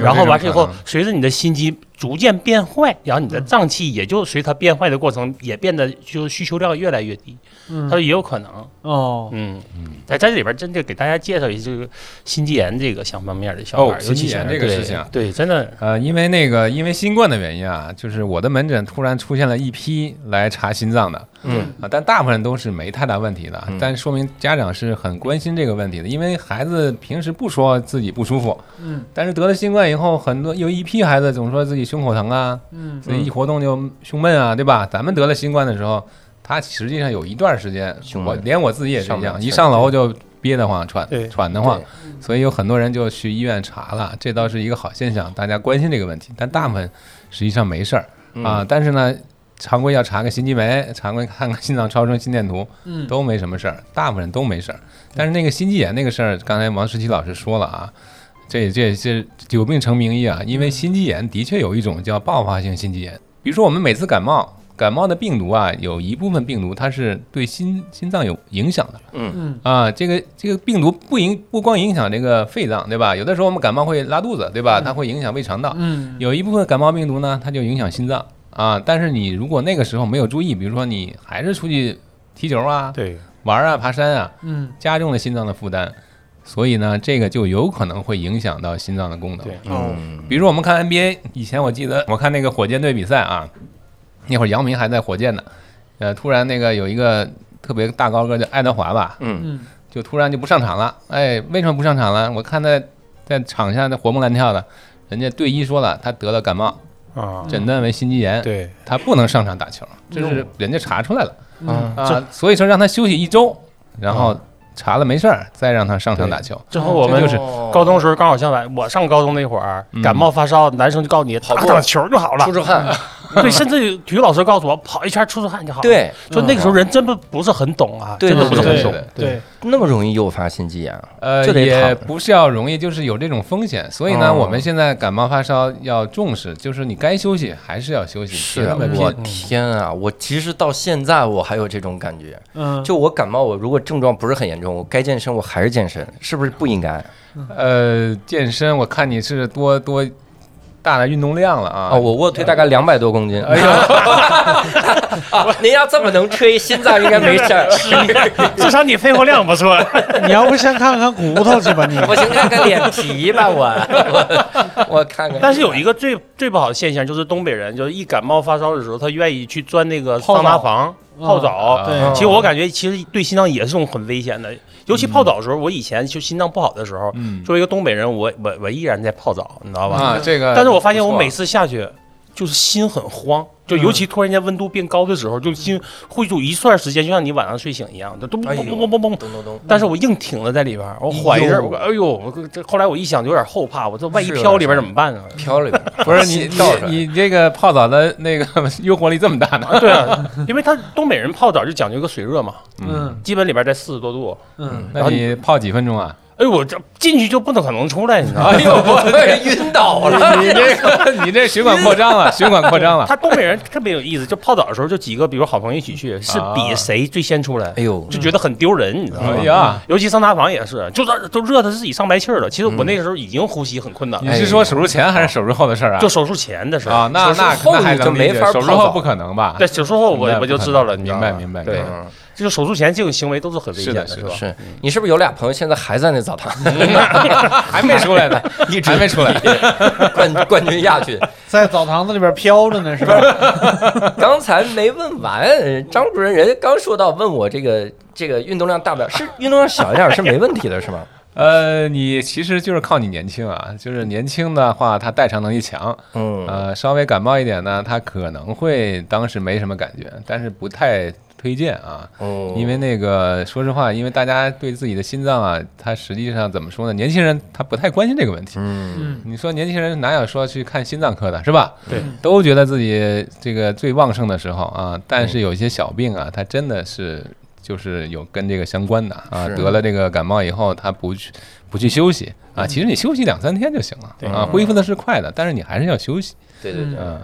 S6: 然后完事以
S7: 嗯有这种
S6: 后
S7: 可，
S6: 随着你的心肌逐渐变坏，然后你的脏器也就随它变坏的过程也变得就是需求量越来越低，他说
S4: 嗯
S6: 也有可能。
S4: 哦，
S6: 嗯，在在这里边真的给大家介绍一下这个心肌炎这个相方面的小孩
S7: 哦
S6: 儿，尤其
S7: 心肌
S6: 是
S7: 炎这个事情啊
S6: 对，对真的，
S7: 呃，因为那个因为新冠的原因啊，就是我的门诊突然出现了一批来查心脏的，
S1: 嗯
S7: 啊，但大部分人都是没太大问题的
S1: 嗯，
S7: 但说明家长是很关心这个问题的，因为孩子平时不说自己不舒服，
S4: 嗯，
S7: 但是得了新冠以后，很多有一批孩子总说自己胸口疼啊，
S4: 嗯
S7: 自己一活动就胸闷啊，对吧？咱们得了新冠的时候，他实际上有一段时间
S1: 胸，闷
S7: 我连我自己也是
S1: 上
S7: 一
S1: 不了
S7: 样，
S1: 气
S7: 一
S1: 儿
S7: 上楼就憋得慌，喘
S4: 对
S7: 喘得慌，所以有很多人就去医院查了，这倒是一个好现象，大家关心这个问题，但大部分实际上没事儿
S1: 嗯
S7: 啊。但是呢，常规要查个心肌酶，常规看看心脏超声、心电图，
S4: 嗯
S7: 都没什么事儿，大部分人都没事儿。但是那个心肌炎那个事儿，刚才王十七老师说了啊，这这这久病成名医啊，因为心肌炎的确有一种叫爆发性心肌炎，比如说我们每次感冒。感冒的病毒啊，有一部分病毒它是对心心脏有影响的，
S4: 嗯
S7: 啊，这个这个病毒不影不光影响这个肺脏，对吧？有的时候我们感冒会拉肚子，对
S6: 嗯
S7: 吧？它会影响胃肠道。
S4: 嗯
S7: 有一部分感冒病毒呢，它就影响心脏啊。但是你如果那个时候没有注意，比如说你还是出去踢球啊、
S6: 对，
S7: 玩啊、爬山啊，
S4: 嗯
S7: 加重了心脏的负担，所以呢，这个就有可能会影响到心脏的功能
S6: 对。
S4: 哦
S1: 嗯，
S7: 比如我们看 NBA，以前我记得我看那个火箭队比赛啊，那会儿姚明还在火箭呢，呃，突然那个有一个特别大高个儿叫爱德华吧，
S1: 嗯，
S4: 嗯
S7: 就突然就不上场了。哎，为什么不上场了？我看在在场下的活蹦乱跳的，人家队医说了，他得了感冒，
S6: 啊，
S7: 诊断为心肌炎，
S6: 对，
S7: 他不能上场打球，这是人家查出来了
S4: 嗯
S7: 啊，所以说让他休息一周，然后查了没事儿，再让他上场打球。
S6: 正好我们
S7: 就是
S1: 哦
S6: 高中时候刚好相反，我上高中那会儿
S7: 嗯
S6: 感冒发烧，男生就告诉你
S1: 跑
S6: 打
S1: 步
S6: 场球就好了
S1: 出，出 汗，
S6: 对，甚至体育老师告诉我跑一圈出出汗嗯就好了。，
S1: 对，
S6: 就那个时候人真的不是很懂啊，
S1: 对
S6: 真的
S1: 对
S6: 不是
S7: 对
S6: 很
S7: 对
S6: 懂。
S7: 对
S4: 对，
S1: 那么容易诱发心肌炎啊，
S7: 呃，
S1: 这得
S7: 也
S1: 躺着
S7: 不是要容易，就是有这种风险，所以呢，
S1: 哦
S7: 我们现在感冒发烧要重视，就是你该休息还是要休息，
S1: 是
S7: 别
S1: 啊
S7: 那么
S1: 我
S7: 拼。
S1: 天啊！我其实到现在我还有这种感觉，
S4: 嗯，
S1: 就我感冒，我如果症状不是很严重，我该健身我还是健身，是不是不应该
S6: 啊
S7: 呃，健身我看你是多多大的运动量了啊
S1: 啊？我卧推大
S6: 呃
S1: 概两百多公斤，
S7: 哎呦，
S1: 啊， 您要这么能吹，心脏应该没事 儿。
S6: 至少你肺活量不 错。
S4: 你要不先看看骨头去吧你？
S1: 我先看看脸皮吧， 我我我看看。
S6: 但是有一个最最不好的现象，就是东北人就是一感冒发烧的时候，他愿意去钻那个桑拿房泡澡。
S4: 对
S1: 啊
S6: 其实我感觉，其实对心脏也是种很危险的，尤其泡澡的时候。我以前就心脏不好的时候，
S7: 嗯
S6: 作为一个东北人，我我我依然在泡澡，你知道吧？
S7: 啊，这个，
S6: 但是我发现
S7: 不
S6: 我
S7: 错
S6: 每次下去，就是心很慌，就尤其突然间温度变高的时候，就心会有一段时间，就像你晚上睡醒一样，就咚
S1: 哎
S6: 咚
S1: 呦
S6: 咚咚咚咚咚。
S1: 咚咚咚，
S6: 但是我硬挺了在里边儿，我
S7: 嗯
S6: 缓一阵儿，我哎呦，我这后来我一想就有点后怕，我这万一
S1: 是有
S6: 飘
S1: 点
S6: 里边怎么 办啊？
S1: 飘了一会儿
S7: 不是你
S1: 心倒出来
S7: 你你这个泡澡的那个 诱惑力这么大呢？
S6: 啊，对啊，因为他东北人泡澡就讲究一个水热嘛，
S4: 嗯
S6: 基本里边在四十多度。
S4: 嗯
S7: 那你泡几分钟啊？
S6: 哎呦，我这进去就不能可能出来，你知 道吗？
S1: 哎呦，我 晕倒 了。
S6: 哎
S7: 你这个 你这血管扩张了， 血管扩张了。
S6: 他东北人特别有意思，就泡澡的时候就几个，比如好朋友一起去，是比
S7: 啊
S6: 谁最先出来
S1: 哎，呦，
S6: 就觉得很丢人，你知道吗
S7: 哎？呀，
S6: 尤其桑拿房也是，就是都热的自己上白气儿了。其实
S7: 嗯
S6: 我那个时候已经呼吸很困难
S7: 你
S6: 了，
S7: 是说手术前还是手术后的事儿啊？
S6: 就手术前的事儿。
S7: 啊，那
S1: 手术
S7: 那
S1: 后
S7: 那还
S1: 你就
S7: 能理
S1: 没
S7: 解
S1: 法
S7: 手术
S1: 泡
S7: 后
S1: 澡
S7: 不可能吧？
S6: 对手术后我
S7: 啊明白
S6: 我就知道了，你知道吗
S7: 明白明白
S6: 对
S7: 明白，
S6: 就是手术前这种行为都是很危险
S7: 是的
S6: 是吧？
S1: 是你是不是有俩朋友现在还在那澡堂？
S7: 还没出来 呢，
S1: 一直
S7: 还没出来。
S1: 冠冠军亚军，
S4: 在澡堂子里边飘着呢是吧？
S1: 刚才没问完，张主任人家刚说到问我这个这个运动量大不了，是运动量小一点是没问题的，是 吗？
S7: 呃，你其实就是靠你年轻啊，就是年轻的话，他代偿能力强，
S1: 嗯，
S7: 呃，稍微感冒一点呢，他可能会当时没什么感觉，但是不太推荐啊。
S1: 哦
S7: 因为那个，说实话，因为大家对自己的心脏啊，他实际上怎么说呢？年轻人他不太关心这个问题。
S1: 嗯
S4: 嗯
S7: 你说年轻人哪有说去看心脏科的，是吧？
S6: 对，
S7: 都觉得自己这个最旺盛的时候啊，但是有一些小病啊，它真的是就是有跟这个相关的啊，
S1: 是
S7: 得了这个感冒以后，他不去不去休息
S1: 嗯
S7: 啊，其实你休息两三天就行了啊，恢复的是快的，但是你还是要休息。
S1: 对对对，
S7: 嗯，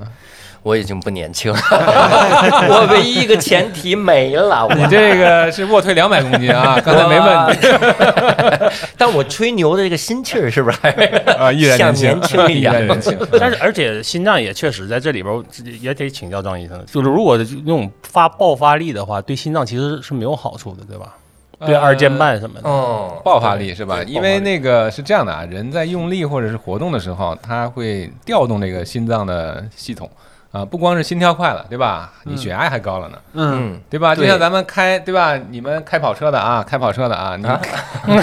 S1: 我已经不年轻 了，我唯一一个前提没了，我
S7: 你这个是卧推两百公 斤啊，刚才没问你
S1: 但我吹牛的这个心气儿是 不是还没？
S7: 啊，依然年轻，
S1: 像年轻一
S7: 依
S1: 样
S7: 然 年轻。嗯
S6: 但是而且心脏也确实在这里边儿，我自己也得请教张医生，就是如果那种发爆发力的话，对心脏其实是没有好处的，对吧？对
S7: 呃
S6: 二尖瓣什么的，
S1: 哦，
S7: 爆发力是吧？
S6: 对
S7: 因为那个是这样的啊，人在用力或者是活动的时候，它会调动这个心脏的系统啊，不光是心跳快了，对吧？你血压还高了呢，
S4: 嗯，
S1: 嗯，
S7: 对吧？就
S1: 对
S7: 像咱们开，对吧？你们开跑车的啊，开跑车的啊，
S1: 嗯
S7: 你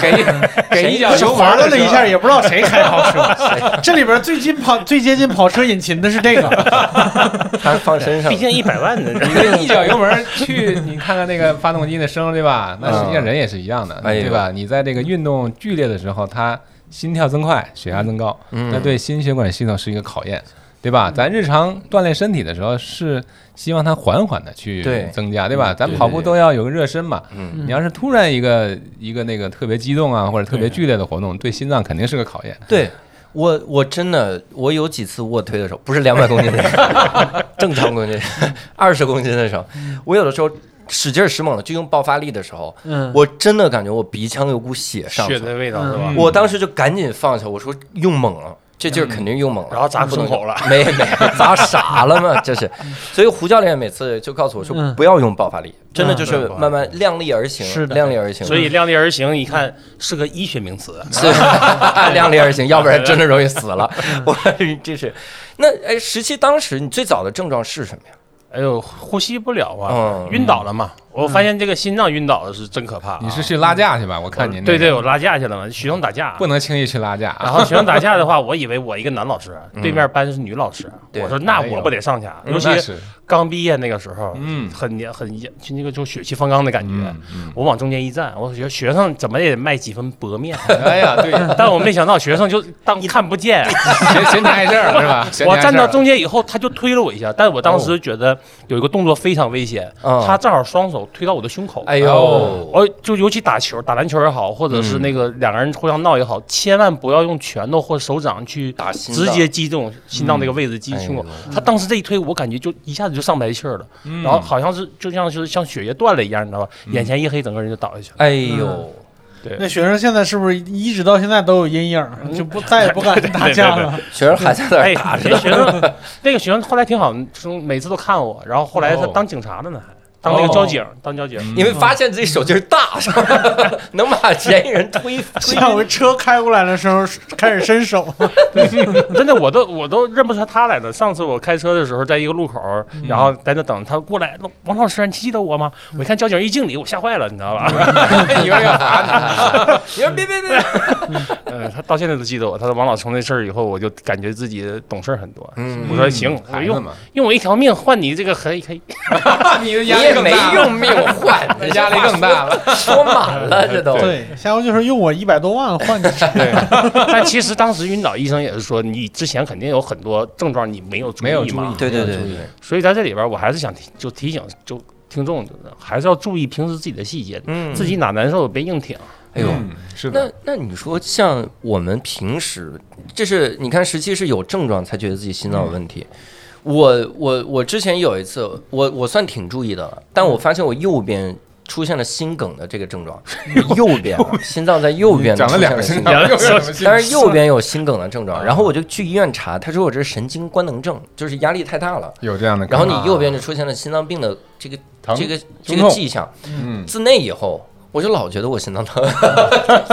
S7: 给一给一脚
S4: 是
S7: 油 门
S4: 滑
S7: 儿
S4: 溜
S7: 的
S4: 了一
S7: 时候
S4: 下，也不知道谁开跑车。这里边最近跑最接近跑车引擎的是这个，
S1: 他放身上
S6: 毕，竟一百万呢，
S7: 你这一脚油门儿去，你看看那个发动机的声，对吧？那实际上人也是一样的，
S1: 嗯哎呦
S7: 对吧？你在这个运动剧烈的时候，它心跳增快，血压增高，
S1: 嗯
S7: 那对心血管系统是一个考验，对吧？咱日常锻炼身体的时候，是希望它缓缓的去
S1: 对嗯
S7: 增加，对吧？咱
S1: 对对
S7: 跑步
S1: 对
S7: 都要有个热身嘛。
S1: 嗯
S7: 你要是突然一个一个那个特别激动啊，或者特别剧烈的活动，对心脏肯定是个考 验。
S1: 对我我真的我有几次卧推的时候，不是两百公斤的时候， 正常公斤，二十公斤的时候，我有的时候使劲儿使猛了，就用爆发力的时候，
S4: 嗯，
S1: 我真的感觉我鼻腔有股血上
S6: 血
S1: 来，
S6: 的味道是吧？
S1: 我当时就赶紧放下，我说用猛了。这劲儿肯定用猛了，
S6: 嗯然后砸
S1: 不能
S6: 胸口了
S1: 用没 没砸傻了嘛，这是，所以胡教练每次就告诉我说，
S4: 嗯
S1: 不要用爆发力，真的
S4: 嗯
S1: 就是慢慢量力而行，
S4: 是的
S1: 量力而行，
S6: 所以量力而行，一看是个医学名词，
S1: 是量力而行，要不然真的容易死了。我这是，那哎，十七当时你最早的症状是什么呀？
S6: 哎呦，呼吸不了啊
S1: 嗯，
S6: 晕倒了嘛。我发现这个心脏晕倒的是真可怕啊。
S7: 你是去拉架去吧？我看您那
S6: 对对，
S7: 个
S6: 我拉架去了嘛，学生打架
S7: 不。能轻易去拉架
S6: 然
S7: 啊。
S6: 后学生打架的话，我以为我一个男老师，对面班是女老师，
S1: 对
S6: 我说那
S7: 嗯哎呦
S6: 我不得上去啊？尤其
S7: 那是
S6: 刚毕业那个时候，
S7: 嗯
S6: 很严很严，就那个就血气方刚的感觉
S7: 嗯。 嗯
S6: 我往中间一站，我学学生怎么也得卖几分薄面，啊
S7: 哎呀，对，
S6: 但我没想到学生就 当看不见。
S7: 嫌嫌你碍事儿是吧？嫌你
S6: 我
S7: 碍
S6: 站
S7: 事
S6: 到
S7: 儿哦
S6: 中间以后，他就推了我一下，但我当时觉得有一个动作非常危险，
S7: 嗯
S1: 哦
S6: 他正好双手推到我的胸口。
S1: 哎呦，
S6: 我就尤其打球，打篮球也好，或者
S1: 嗯
S6: 是那个两个人互相闹也好，千万不要用拳头或手掌去
S1: 打心脏
S6: 直接击中心脏那个位置，击中胸口
S1: 哎。
S6: 他当时这一推，我感觉就一下子就上不来气儿了，
S1: 嗯
S6: 然后好像是就像是像血液断了一样，你知道吧？眼前一黑，整个人就倒下去了。
S1: 哎呦，
S4: 那学生现在是不是一直到现在都有阴影，就不再也不敢打架了？
S1: 学生还在那
S6: 哎，
S1: 儿打着
S6: 那
S1: 呢。
S6: 学生，那个学生后来挺好，从每次都看我，然后后来
S1: 哦
S6: 他当警察的呢，还当那个交警，当交警。
S1: 因为发现自己手劲儿大，是吧？ 能把嫌疑人推 推
S4: 下回车开过来的时候开始伸手，
S6: 真的，我都我都认不出他来了。上次我开车的时候，在一个路口，
S7: 嗯
S6: 然后在那等他过来，王老师，你记得我吗？我一看交警一敬礼，我吓坏了，你知道吧？
S1: 你说要罚你，你说别别别，
S7: 嗯
S6: 呃，他到现在都记得我。他说王老师从那事儿以后，我就感觉自己懂事儿很多。
S1: 嗯
S6: 我说行，我
S7: 孩子
S6: 用
S7: 嘛，
S6: 用我一条命换你这个可以可以。
S7: 你的
S1: 你
S7: 压力
S1: 也
S7: 更
S1: 没
S7: 大了
S1: 用命换，
S7: 你压力更大 了。
S1: 说满了，这都
S4: 对，下回就是用我一百多万换你。
S6: 但其实当时晕倒，医生也是说你之前肯定有很多症状你没有注
S7: 没有
S6: 意
S7: 注意
S6: 嘛，，
S1: 对对对
S7: 没有注意，
S6: 所以在这里边儿我还是想提就提醒就听众就是还是要注意平时自己的细节，
S1: 嗯
S6: 自己哪难受别硬挺。
S1: 哎呦。
S7: 嗯，是
S1: 那
S7: 的，
S1: 那你说，像我们平时，这是你看，十七是有症状才觉得自己心脏有问题。
S7: 嗯
S1: 我我我之前有一次，我我算挺注意的了，但
S7: 嗯
S1: 我发现我右边出现了心梗的这个症 状，右边啊心脏在右边
S7: 长了两
S1: 出
S7: 个
S1: 现
S7: 心
S1: 了
S7: 脏，啊又有什么心
S1: 但是右边有心梗的症状，然后我就去医院查，他说我这是神经官能症，就是压力太大了，
S7: 有这样的可
S1: 然
S7: 能
S1: 后
S7: 啊，
S1: 你右边就出现了心脏病的这个
S7: 疼
S1: 这个这
S7: 胸
S1: 个
S7: 痛
S1: 迹象。
S7: 嗯，
S1: 自那以后，我就老觉得我心脏疼，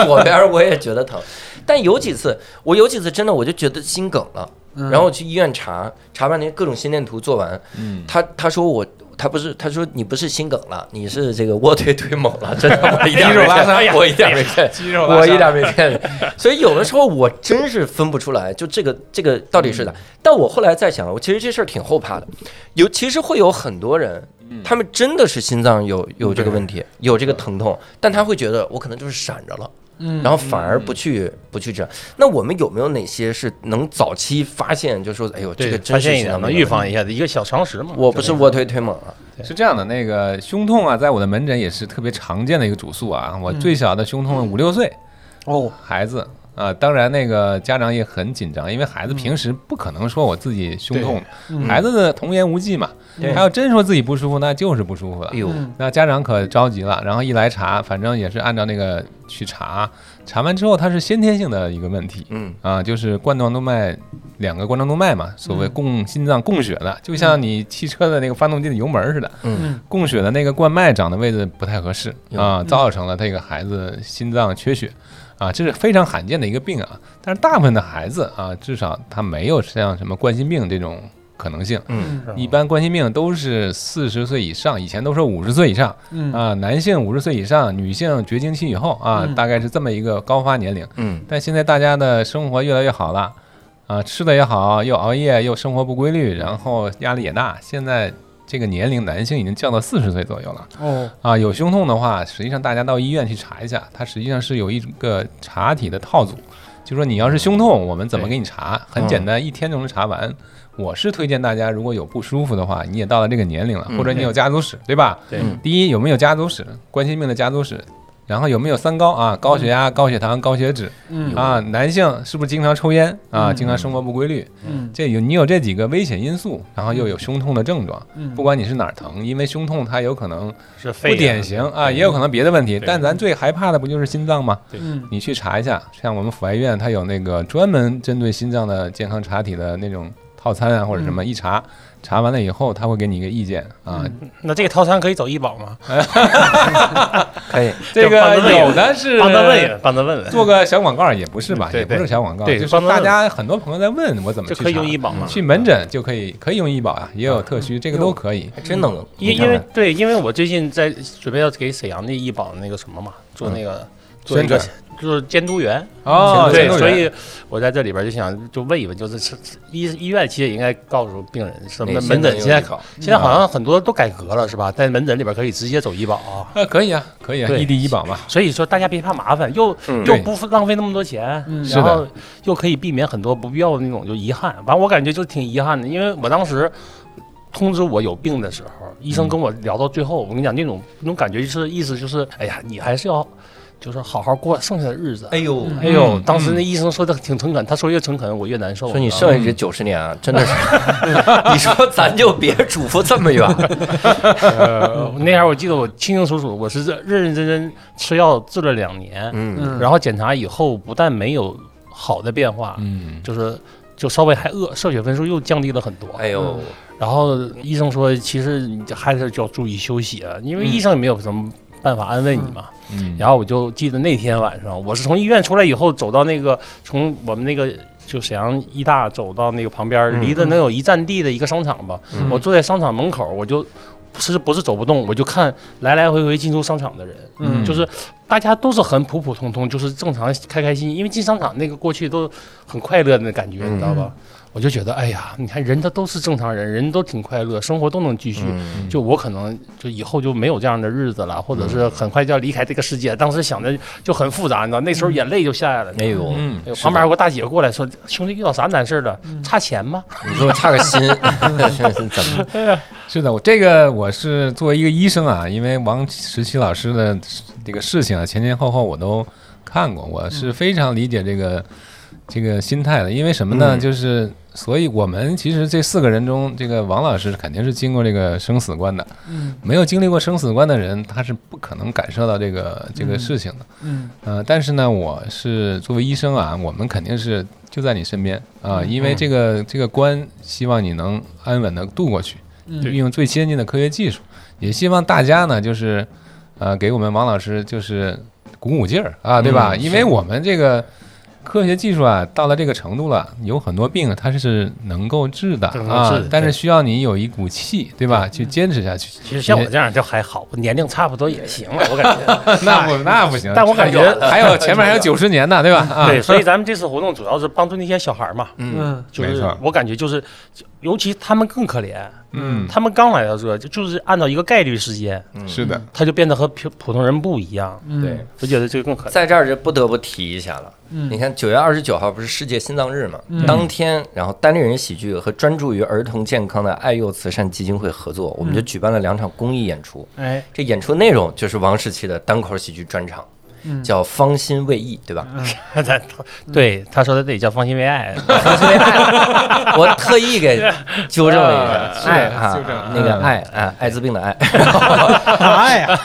S1: 左边儿我也觉得疼。但有几次，我有几次真的我就觉得心梗了，
S4: 嗯
S1: 然后我去医院查查半天，各种心电图做完，
S7: 嗯
S1: 他他说我。他不是，他说你不是心梗了，你是这个卧推推猛了，真的，我 一点儿没骗，我一点儿没骗，
S7: 肌肉拉
S1: 我一
S7: 伤
S1: 点儿没骗你。 所以有的时候我真是分不出来，就这个这个到底是
S6: 嗯
S1: 咋。但我后来在想，我其实这事儿挺后怕的，有其实会有很多人，
S6: 嗯
S1: 他们真的是心脏有有这个问题，有这个疼痛，但他会觉得我可能就是闪着了。
S4: 嗯
S6: 嗯
S1: 然后反而不去不去治。那我们有没有哪些是能早期发现，就说哎呦这个真
S6: 发
S1: 是
S6: 现一
S1: 心
S6: 点
S1: 脏
S6: 嘛，
S1: 病
S6: 预？防一下的一个小常识嘛。
S1: 我不是卧推推猛啊了，
S7: 是这样的，那个胸痛啊，在我的门诊也是特别常见的一个主诉啊。我最小的胸痛五六岁
S1: 嗯
S4: 哦，
S7: 孩子啊，当然那个家长也很紧张，因为孩子平时不可能说我自己胸痛，孩子的童言无忌嘛，
S1: 对
S7: 他要真说自己不舒服，那就是不舒服了
S1: 哎。呦，
S4: 嗯
S7: 那家长可着急了，然后一来查，反正也是按照那个去查，查完之后它是先天性的一个问题
S1: 嗯
S7: 啊，就是冠状动脉两个冠状动脉嘛，所谓供心脏供血的，就像你汽车的那个发动机的油门似的，
S1: 嗯，
S7: 供血的那个冠脉长的位置不太合适
S1: 嗯
S7: 啊，造成了这个孩子心脏缺血啊，这是非常罕见的一个病啊，但是大部分的孩子啊，至少他没有像什么冠心病这种。可能性。
S1: 嗯
S7: 一般冠心病都是四十岁以上，以前都说五十岁以上
S4: 嗯
S7: 啊，男性五十岁以上，女性绝经期以后啊
S4: 嗯，
S7: 大概是这么一个高发年龄。
S1: 嗯
S7: 但现在大家的生活越来越好了，啊，吃的也好，又熬夜，又生活不规律，然后压力也大。现在这个年龄，男性已经降到四十岁左右了
S4: 哦，
S7: 啊。有胸痛的话，实际上大家到医院去查一下，它实际上是有一个查体的套组，就说你要是胸痛，我们怎么给你查？很简单，一天就能查完。我是推荐大家，如果有不舒服的话，你也到了这个年龄了，
S1: 嗯
S7: 或者你有家族史，对吧？
S6: 对
S1: 嗯
S7: 第一，有没有家族史？冠心病的家族史，然后有没有三高
S6: 嗯
S7: 啊？高血压、高血糖、高血脂。
S4: 嗯
S7: 啊，男性是不是经常抽烟啊？
S4: 嗯
S7: 经常生活不规律，
S4: 嗯
S7: 这有你有这几个危险因素，然后又有胸痛的症状，
S4: 嗯，
S7: 不管你是哪儿疼，因为胸痛它有可能
S6: 是肺
S7: 不
S6: 炎
S7: 典型啊，
S6: 对
S7: 也有可能别的问题，
S6: 对
S7: 但咱最害怕的不就是心脏吗？
S4: 嗯
S7: 你去查一下，像我们阜外医院它有那个专门针对心脏的健康查体的那种套餐
S6: 嗯
S7: 啊，或者什么，一查查完了以后，他会给你一个意见
S4: 嗯
S7: 啊。
S6: 那这个套餐可以走医保吗？
S1: 可以，
S7: 这
S6: 就帮
S7: 个
S6: 他问一
S7: 有的是
S6: 帮他问一问，帮他问问，
S7: 做个小广告也不是吧，
S6: 嗯对
S7: 也不是
S6: 对
S7: 小广告，
S6: 对
S7: 就是
S6: 帮他
S7: 大
S6: 问
S7: 家很多朋友在问我怎么
S6: 这
S7: 去
S6: 可以用
S7: 查嗯
S6: 医保吗？
S7: 去门诊就可以，可以用医保啊，也有特需，这个都可以。嗯
S1: 还真能，
S6: 因
S1: 你看
S6: 因为
S1: 看
S6: 对，因为我最近在准备要给沈阳的医保那个什么嘛，做那个做一个
S7: 嗯宣
S6: 就是监督员，
S7: 哦
S6: 对
S7: 监督，员
S6: 所以我在这里边就想就问一问，就是是医医院其实也应该告诉病人，什么
S1: 哪些
S6: 门诊
S1: 能
S6: 现在
S1: 用医保
S6: 现在好像很多都改革了是吧？在门诊里边可以直接走医保啊，
S7: 啊，可以啊，可以啊，
S6: 对
S7: 异地医保嘛，
S6: 所以说大家别怕麻烦，又
S1: 嗯
S6: 又
S7: 对
S6: 不浪费那么多钱
S4: 嗯，
S7: 是
S6: 然
S7: 的
S6: 后又可以避免很多不必要的那种就遗憾。反正我感觉就挺遗憾的，因为我当时通知我有病的时候，医生跟我聊到最后，我跟你讲那种那种感觉就是意思就是，哎呀，你还是要就是好好过剩下的日子。
S1: 哎呦，
S6: 哎呦，
S7: 嗯
S6: 当时那医生说的挺诚恳，他说越诚恳我越难受。
S1: 说你
S6: 知道吗
S1: 剩下这九十年啊，真的是，你说咱就别嘱咐这么远，
S6: 呃那会儿我记得我清清楚楚，我是认认真真吃药治了两年，
S1: 嗯，
S4: 嗯，
S6: 然后检查以后不但没有好的变化，
S7: 嗯，
S6: 就是就稍微还恶射血分数又降低了很多。
S1: 哎呦，
S6: 然后医生说，其实你还是要注意休息啊，因为医生也没有什么办法安慰你嘛。
S7: 嗯，
S6: 然后我就记得那天晚上，我是从医院出来以后，走到那个从我们那个就沈阳医大走到那个旁边儿，
S1: 嗯
S6: 离得能有一站地的一个商场吧。
S1: 嗯
S6: 我坐在商场门口，我就。是不是走不动，我就看来来回回进出商场的人，
S7: 嗯
S6: 就是大家都是很普普通通，就是正常开开心心，因为进商场那个过去都很快乐的感觉，
S1: 嗯
S6: 你知道吧？我就觉得，哎呀，你看人他都是正常人，人都挺快乐，生活都能继续。
S1: 嗯
S6: 就我可能就以后就没有这样的日子了，或者是很快就要离开这个世界。当时想的就很复杂，你知道，那时候眼泪就下来了。
S1: 哎呦，
S7: 嗯
S6: 哎呦旁边有个大姐过来说：“兄弟，遇到啥难事儿了？
S1: 嗯
S6: 差钱吗
S1: 你说差个 心，这是怎么？
S7: 是的，我这个我是作为一个医生啊，因为王石奇老师的这个事情啊，前前后后我都看过，我是非常理解这个这个心态的。因为什么呢？
S1: 嗯
S7: 就是所以我们其实这四个人中，这个王老师肯定是经过这个生死关的。
S4: 嗯
S7: 没有经历过生死关的人，他是不可能感受到这个这个事情的。
S4: 嗯
S7: 呃，但是呢，我是作为医生啊，我们肯定是就在你身边啊、因为这个这个关，希望你能安稳的度过去，
S4: 嗯
S7: 运用最先进的科学技术，也希望大家呢，就是呃，给我们王老师就是鼓鼓劲儿啊，对吧？
S1: 嗯
S7: 因为我们这个科学技术啊，到了这个程度了，有很多病它是能够治的
S6: 能够治
S7: 啊
S6: 的，
S7: 但是
S6: 对
S7: 需要你有一股气，对吧？去坚持下去。？”
S6: 其实像
S1: 嗯
S6: 我这样就还好，我年龄差不多也行了，我 感觉。
S7: 那不那不行，
S1: 嗯
S6: 但我感觉
S7: 还有前面还有九十年呢，对吧？啊，
S6: 对，所以咱们这次活动主要是帮助那些小孩儿嘛，
S1: 嗯
S4: 嗯
S6: 就
S7: 没
S6: 是
S7: 错
S6: 我感觉就是，尤其他们更可怜，
S7: 嗯，
S6: 他们刚来到这，就就是按照一个概率时间，
S1: 嗯
S7: 是的，
S6: 他就变得和普普通人不一样。
S4: 嗯
S1: 对，
S6: 我觉得这个更可 怜。
S1: 在这儿就不得不提一下了。
S4: 嗯
S1: 你看，九月二十九号不是世界心脏日嘛？
S4: 嗯
S1: 当天，然后单立人喜剧和专注于儿童健康的爱幼慈善基金会合作，我们就举办了两场公益演出。
S6: 哎，
S1: 这演出内容就是王世奇的单口喜剧专场，
S4: 嗯
S1: 叫《芳心未易》，对吧？
S6: 他对他说的得叫芳心为爱，
S1: 我特意给纠正了一
S7: 啊
S1: 下，
S7: 是
S1: 爱
S7: 纠正
S1: 啊
S7: 了，
S1: 那个爱啊，艾滋病的爱，
S4: 啥呀？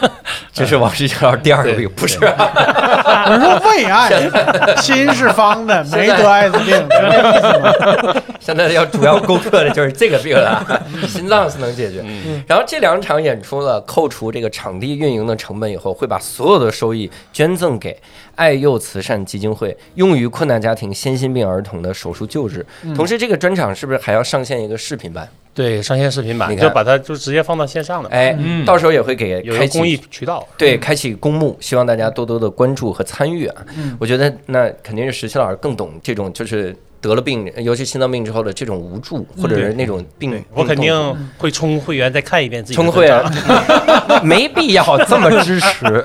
S1: 这是王世奇老师第二个病，不是啊？
S4: 我说胃爱，心是方的，没得艾滋病，是这意思吗？
S1: 现在要主要攻克的就是这个病了，心脏是能解决。嗯然后这两场演出呢，扣除这个场地运营的成本以后，会把所有的收益捐赠给爱幼慈善基金会，用于困难家庭、先心病儿童的手术救治。同时，这个专场是不是还要上线一个视频版？
S6: 对上线视频版，
S1: 你看
S6: 就把它就直接放到线上了，
S1: 哎，
S7: 嗯
S1: 到时候也会给
S6: 有一
S1: 开
S6: 个公
S1: 启
S6: 益渠道。
S1: 对，开启公募，希望大家多多的关注和参与啊！
S4: 嗯
S1: 我觉得那肯定是石青老师更懂这种，就是得了病，尤其心脏病之后的这种无助，
S4: 嗯
S1: 或者是那种病。病
S6: 我肯定
S1: 痛
S6: 会充会员再看一遍自己的
S1: 聪
S6: 文
S1: 慧
S6: 章。
S1: 啊， 没必要这么支持。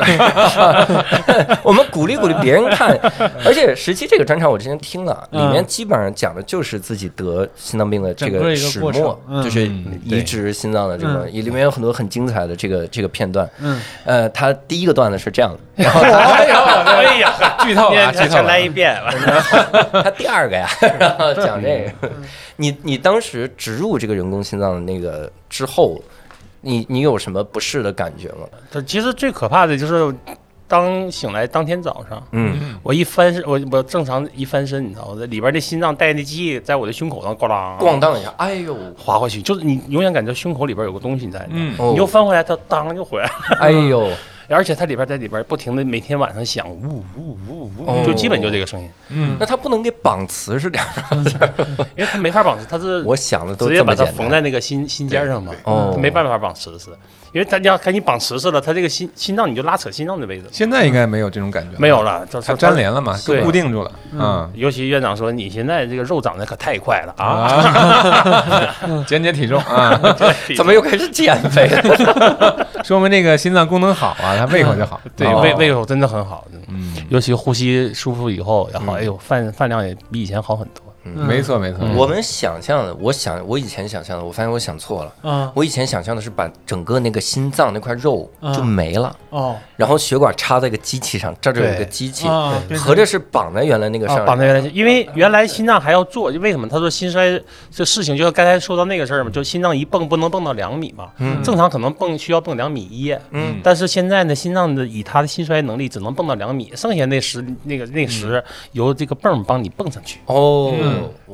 S1: 我们鼓励鼓励别人看，而且十七这个专场我之前听了，里面基本上讲的就是自己得心脏病的这
S4: 嗯整个一个
S1: 始
S4: 过
S1: 末
S4: 程，嗯
S1: 就是
S7: 嗯
S1: 移
S7: 对
S1: 植心脏的这个，
S4: 嗯
S1: 也里面有很多很精彩的这个这个片段。
S4: 嗯，
S1: 呃，他第一个段子是这样的，然后
S6: 哎呀， 哎呀，
S7: 剧透了啊，剧
S6: 再
S7: 透了
S6: 来一
S7: 啊。
S6: 遍，
S1: 他第二个呀，然后讲这个，
S6: 嗯
S1: 你你当时植入这个人工心脏的那个之后，你你有什么不适的感觉吗？
S6: 它其实最可怕的就是当醒来当天早上，
S1: 嗯，
S6: 我一翻身，我我正常一翻身，你知道吗？里边那心脏带那记忆在我的胸口上咣啷
S1: 咣当一下，哎呦，
S6: 划过去，就是你永远感觉胸口里边有个东西在，你知道吗
S7: 嗯，
S1: 哦
S6: 你又翻回来，它当就回来了，
S1: 哎呦，
S6: 而且它里边在里边不停的每天晚上响，呜呜呜
S1: 哦
S6: 呜，就基本就这 个声音，
S7: 嗯，
S1: 那他不能给绑瓷是点儿，
S6: 因为它没法绑死，它是
S1: 我想的都
S6: 直接
S1: 这
S6: 把
S1: 么
S6: 它
S1: 简
S6: 缝
S1: 单。
S6: 在那个心心尖上嘛，
S1: 对哦
S6: 没办法绑实实，因为它你要赶紧绑实实了，它这个心心脏你就拉扯心脏的位置了，
S7: 现在应该没有这种感觉，
S6: 没有，了，就是
S7: 它粘连了嘛，就
S6: 对嗯
S7: 固定住了啊
S6: 尤其院长说你现在这个肉长得可太快了 啊，
S7: 啊， 减减体重啊，
S1: 怎么又开始减
S6: 嗯
S1: 肥了？
S7: 说明这个心脏功能好啊，它胃口就好，
S6: 对
S7: 哦
S6: 胃胃口真的很好，
S7: 嗯，
S6: 尤其呼吸舒服以后，然后哎呦饭饭量也比以前好很多。
S7: 嗯没错没
S6: 嗯
S7: 错，
S1: 我们想象的，我想我以前想象的，我发现我想错了。
S4: 啊
S1: 我以前想象的是把整个那个心脏那块肉就
S4: 嗯
S1: 没了，
S4: 哦
S1: 然后血管插在一个机器上，这儿就有一个
S6: 对
S1: 机器，
S4: 啊，变成
S1: 合着是绑在原来那个上
S6: 啊，
S1: 面，
S6: 绑在原来是，因为原来心脏还要做，为什么？他说心衰这事情，就是刚才说到那个事儿嘛，就心脏一蹦不能蹦到两米嘛，
S1: 嗯
S6: 正常可能蹦需要蹦两米一，
S1: 嗯，
S6: 但是现在呢，心脏的以它的心衰能力只能蹦到两米，剩下那十那个那十、
S7: 嗯
S6: 由这个泵帮你蹦上去，
S1: 哦，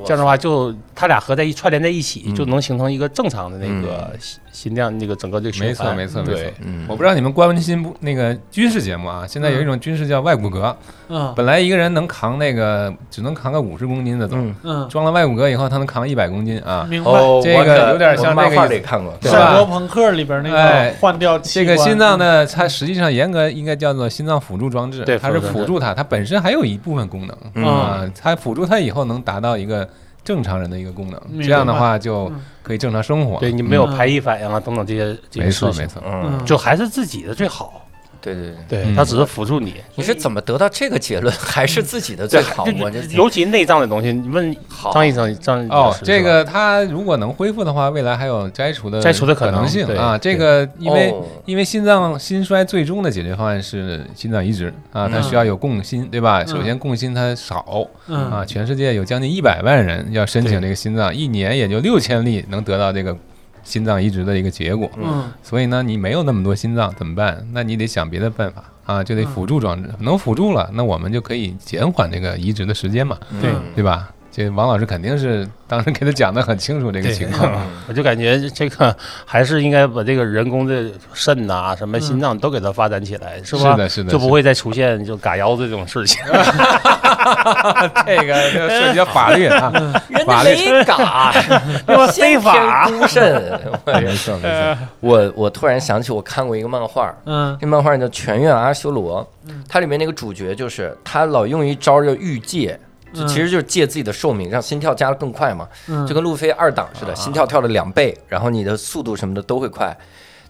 S6: 这样的话就它俩合在一串联在一起，
S7: 嗯
S6: 就能形成一个正常的那个心心量那个整个这个循
S7: 没错
S6: 环，
S7: 没错没
S6: 对嗯
S7: 错，我不知道你们关心不那个军事节目啊，现在有一种军事叫外骨骼，
S4: 嗯
S7: 本来一个人能扛那个只能扛个五十公斤的总，
S1: 嗯
S4: 嗯，
S7: 装了外骨骼以后，他能扛一百公斤
S6: 嗯
S7: 啊。
S4: 明白。
S1: 哦，
S7: 这个
S1: 我可
S7: 有点像
S1: 我漫
S7: 这个
S1: 画
S7: 意思
S1: 里看过，
S7: 对
S4: 赛
S7: 吧
S4: 博朋克里边那
S7: 哎
S4: 个换掉
S7: 这
S4: 器
S7: 个
S4: 官
S7: 心脏呢，它实际上严格应该叫做心脏辅助装置，
S6: 嗯对
S7: 它是
S6: 辅助
S7: 辅助它，它本身还有一部分功能
S1: 嗯
S7: 啊、它辅助它以后能达到一个正常人的一个功能，
S4: 明白嗯
S7: 这样的话就可以正常生活。
S6: 对你没有排异反应啊等等这些这些
S7: 没
S6: 事
S7: 错
S6: 情
S7: 没，错，
S1: 嗯，
S6: 就还是自己的最好。
S1: 对对对，
S6: 对，它只是辅助你。
S7: 嗯
S1: 你是怎么得到这个结论？ 还是自己的最好？
S6: 就
S1: 我这
S6: 尤其内脏的东西，你问
S1: 好
S6: 张医生，张医
S7: 哦
S6: 师，
S7: 这个它如果能恢复的话，未来还有摘除的
S6: 摘除的可
S7: 可
S6: 能
S7: 能性
S6: 对
S7: 啊。这个因为、
S1: 哦
S7: 因为心脏心衰最终的解决方案是心脏移植啊，它
S1: 嗯
S7: 需要有供心，对吧？
S6: 嗯
S7: 首先供心它少
S4: 嗯
S7: 啊，全世界有将近一百万人要申请这个心脏，一年也就六千例能得到这个心脏移植的一个结果。
S4: 嗯
S7: 所以呢，你没有那么多心脏怎么办？那你得想别的办法啊，
S6: 嗯
S7: 就得辅助装置，能辅助了，那我们就可以减缓这个移植的时间嘛。
S1: 嗯
S4: 对
S7: 对吧？这王老师肯定是当时给他讲的很清楚这个
S6: 对
S7: 情况，
S6: 我就感觉这个还是应该把这个人工的肾呐、什么心脏都给它发展起来，是吧？
S7: 嗯是的是的
S6: 就不会再出现就嘎腰子这种事 情。
S7: 这 个就涉及到法律啊，
S1: 人家
S7: 法律
S1: 没 嘎，我
S6: 非法
S1: 孤 身。呃
S7: 没错没错，
S1: 我我突然想起，我看过一个漫画，
S4: 嗯
S1: 那漫画叫《全院阿修罗》，它里面那个主角就是他老用一招叫御借。就
S4: 嗯
S1: 其实就是借自己的寿命，让心跳加得更快嘛，
S4: 嗯
S1: 就跟路飞二档似的，心跳跳了两倍，然后你的速度什么的都会快。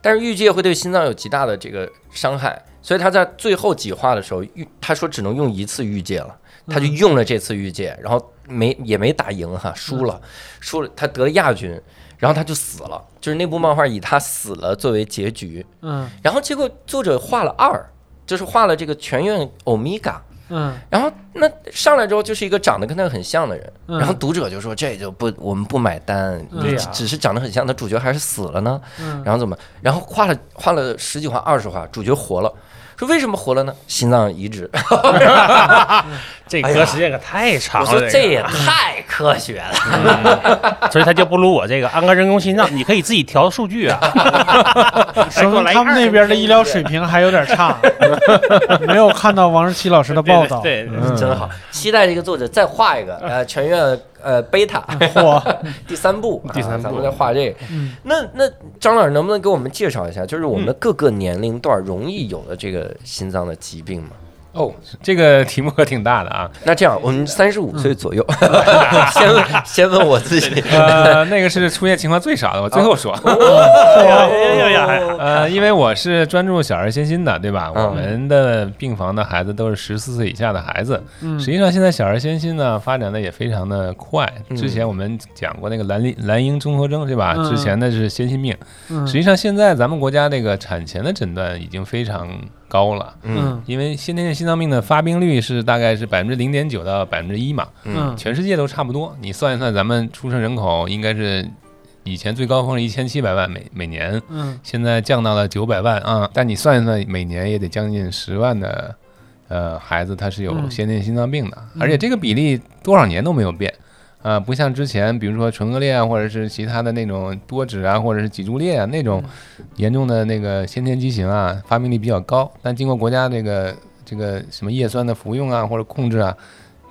S1: 但是御借会对心脏有极大的这个伤害，所以他在最后几话的时候，御他说只能用一次御借了，他就用了这次御借，然后没也没打赢哈，输了，输了，他得了亚军，然后他就死了，就是那部漫画以他死了作为结局，
S4: 嗯
S1: 然后结果作者画了二，就是画了这个全院欧米伽。
S4: 嗯
S1: 然后那上来之后就是一个长得跟他很像的人，
S4: 嗯
S1: 然后读者就说这就不我们不买单，
S4: 嗯
S1: 你
S6: 对
S1: 只
S6: 呀
S1: 只是长得很像，那主角还是死了呢，
S4: 嗯
S1: 然后怎么？然后画了画了十几画二十画，主角活了，说为什么活了呢？心脏移植。
S6: 这
S1: 哎呀
S6: 隔时间可太长
S1: 我
S6: 了，
S1: 说
S6: 个
S1: 这 也太科学了，
S6: 所以他就不如我这个安个人工心脏，你可以自己调数据 啊。
S4: 说明他们那啊边的医疗水平还有点差，没有看到王十七老师的报道。
S7: 嗯
S6: 对，对对
S1: 真真好，期待这个作者再画一个
S6: 嗯
S1: 呃全院呃贝塔
S4: 嚯，
S1: 第三部，
S6: 第三
S1: 啊、
S6: 部
S1: 咱们再画这个。
S4: 嗯
S1: 那那张老师能不能给我们介绍一下，就是我
S6: 嗯
S1: 们的各个年龄段容易有的这个心脏的疾病吗？
S7: 哦，这个题目可挺大的 啊。
S1: 那这样，我们三十五
S6: 嗯
S1: 岁左右，先问先问我自己。
S7: 呃，那个是出现情况最少的，我最后
S6: 啊
S7: 说。
S6: 哦哎呀哎
S7: 呃，因为我是专注小儿身心的，对吧？
S1: 嗯
S7: 我们的病房的孩子都是十四岁以下的孩子。
S6: 嗯
S7: 实际上，现在小儿身心呢发展的也非常的快。
S6: 嗯
S7: 之前我们讲过那个蓝鳞蓝鹰综合征，对吧？
S4: 嗯
S7: 之前的是先心病。
S4: 嗯
S7: 实际上，现在咱们国家这个产前的诊断已经非常高了。
S4: 嗯
S7: 因为先天性心脏病的发病率是大概是百分之零点九到百分之一嘛，
S4: 嗯
S7: 全世界都差不多。你算一算，咱们出生人口应该是以前最高峰是一千七百万每每年，
S4: 嗯
S7: 现在降到了九百万啊。但你算一算，每年也得将近十万的呃孩子他是有
S4: 嗯
S7: 先天性心脏病的，而且这个比例多少年都没有变。啊、不像之前，比如说唇腭裂啊，或者是其他的那种多指啊，或者是脊柱裂啊那种
S4: 嗯
S7: 严重的那个先天畸形啊，发病率比较高。但经过国家这个这个什么叶酸的服用啊，或者控制啊，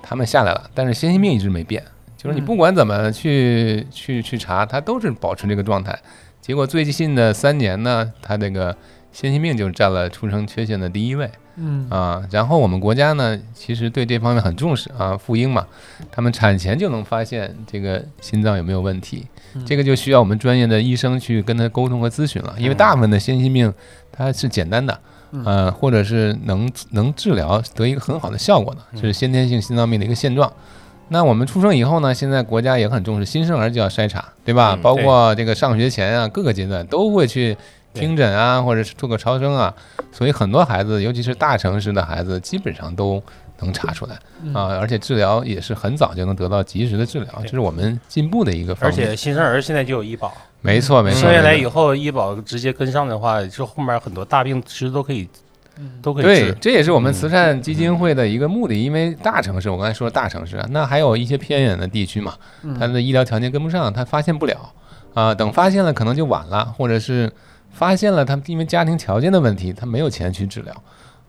S7: 他们下来了，但是先心病一直没变，就是你
S4: 嗯
S7: 不管怎么去、去去查，它都是保持这个状态。结果最近的三年呢，它这个先心病就占了出生缺陷的第一位
S4: 嗯
S7: 啊。然后我们国家呢，其实对这方面很重视啊，妇婴嘛，他们产前就能发现这个心脏有没有问题，
S4: 嗯
S7: 这个就需要我们专业的医生去跟他沟通和咨询了，因为大部分的先心病它是简单的，
S4: 嗯
S7: 呃，或者是能能治疗得一个很好的效果的，
S4: 嗯
S7: 这是先天性心脏病的一个现状。那我们出生以后呢，现在国家也很重视新生儿就要筛查，对吧？
S1: 嗯
S7: 包括这个上学前啊，各个阶段都会去
S6: 对
S7: 听诊啊，或者是做个超声啊，所以很多孩子，尤其是大城市的孩子，基本上都能查出来
S4: 嗯
S7: 啊，而且治疗也是很早就能得到及时的治疗，
S6: 对
S7: 这是我们进步的一个方
S6: 而
S7: 面。
S6: 且新生儿现在就有医保，
S7: 没错，没错，
S6: 生下来
S7: 没错
S6: 以后医保直接跟上的话，就后面很多大病其实都可以
S4: 嗯
S6: 都可以嗯
S7: 对
S6: 治，。
S7: 这也是我们慈善基金会的一个目的，因为大城市，我刚才说的大城市啊，那还有一些偏远的地区嘛，
S6: 嗯
S7: 它的医疗条件跟不上，它发现不了啊、等发现了可能就晚了，或者是发现了他因为家庭条件的问题，他没有钱去治疗，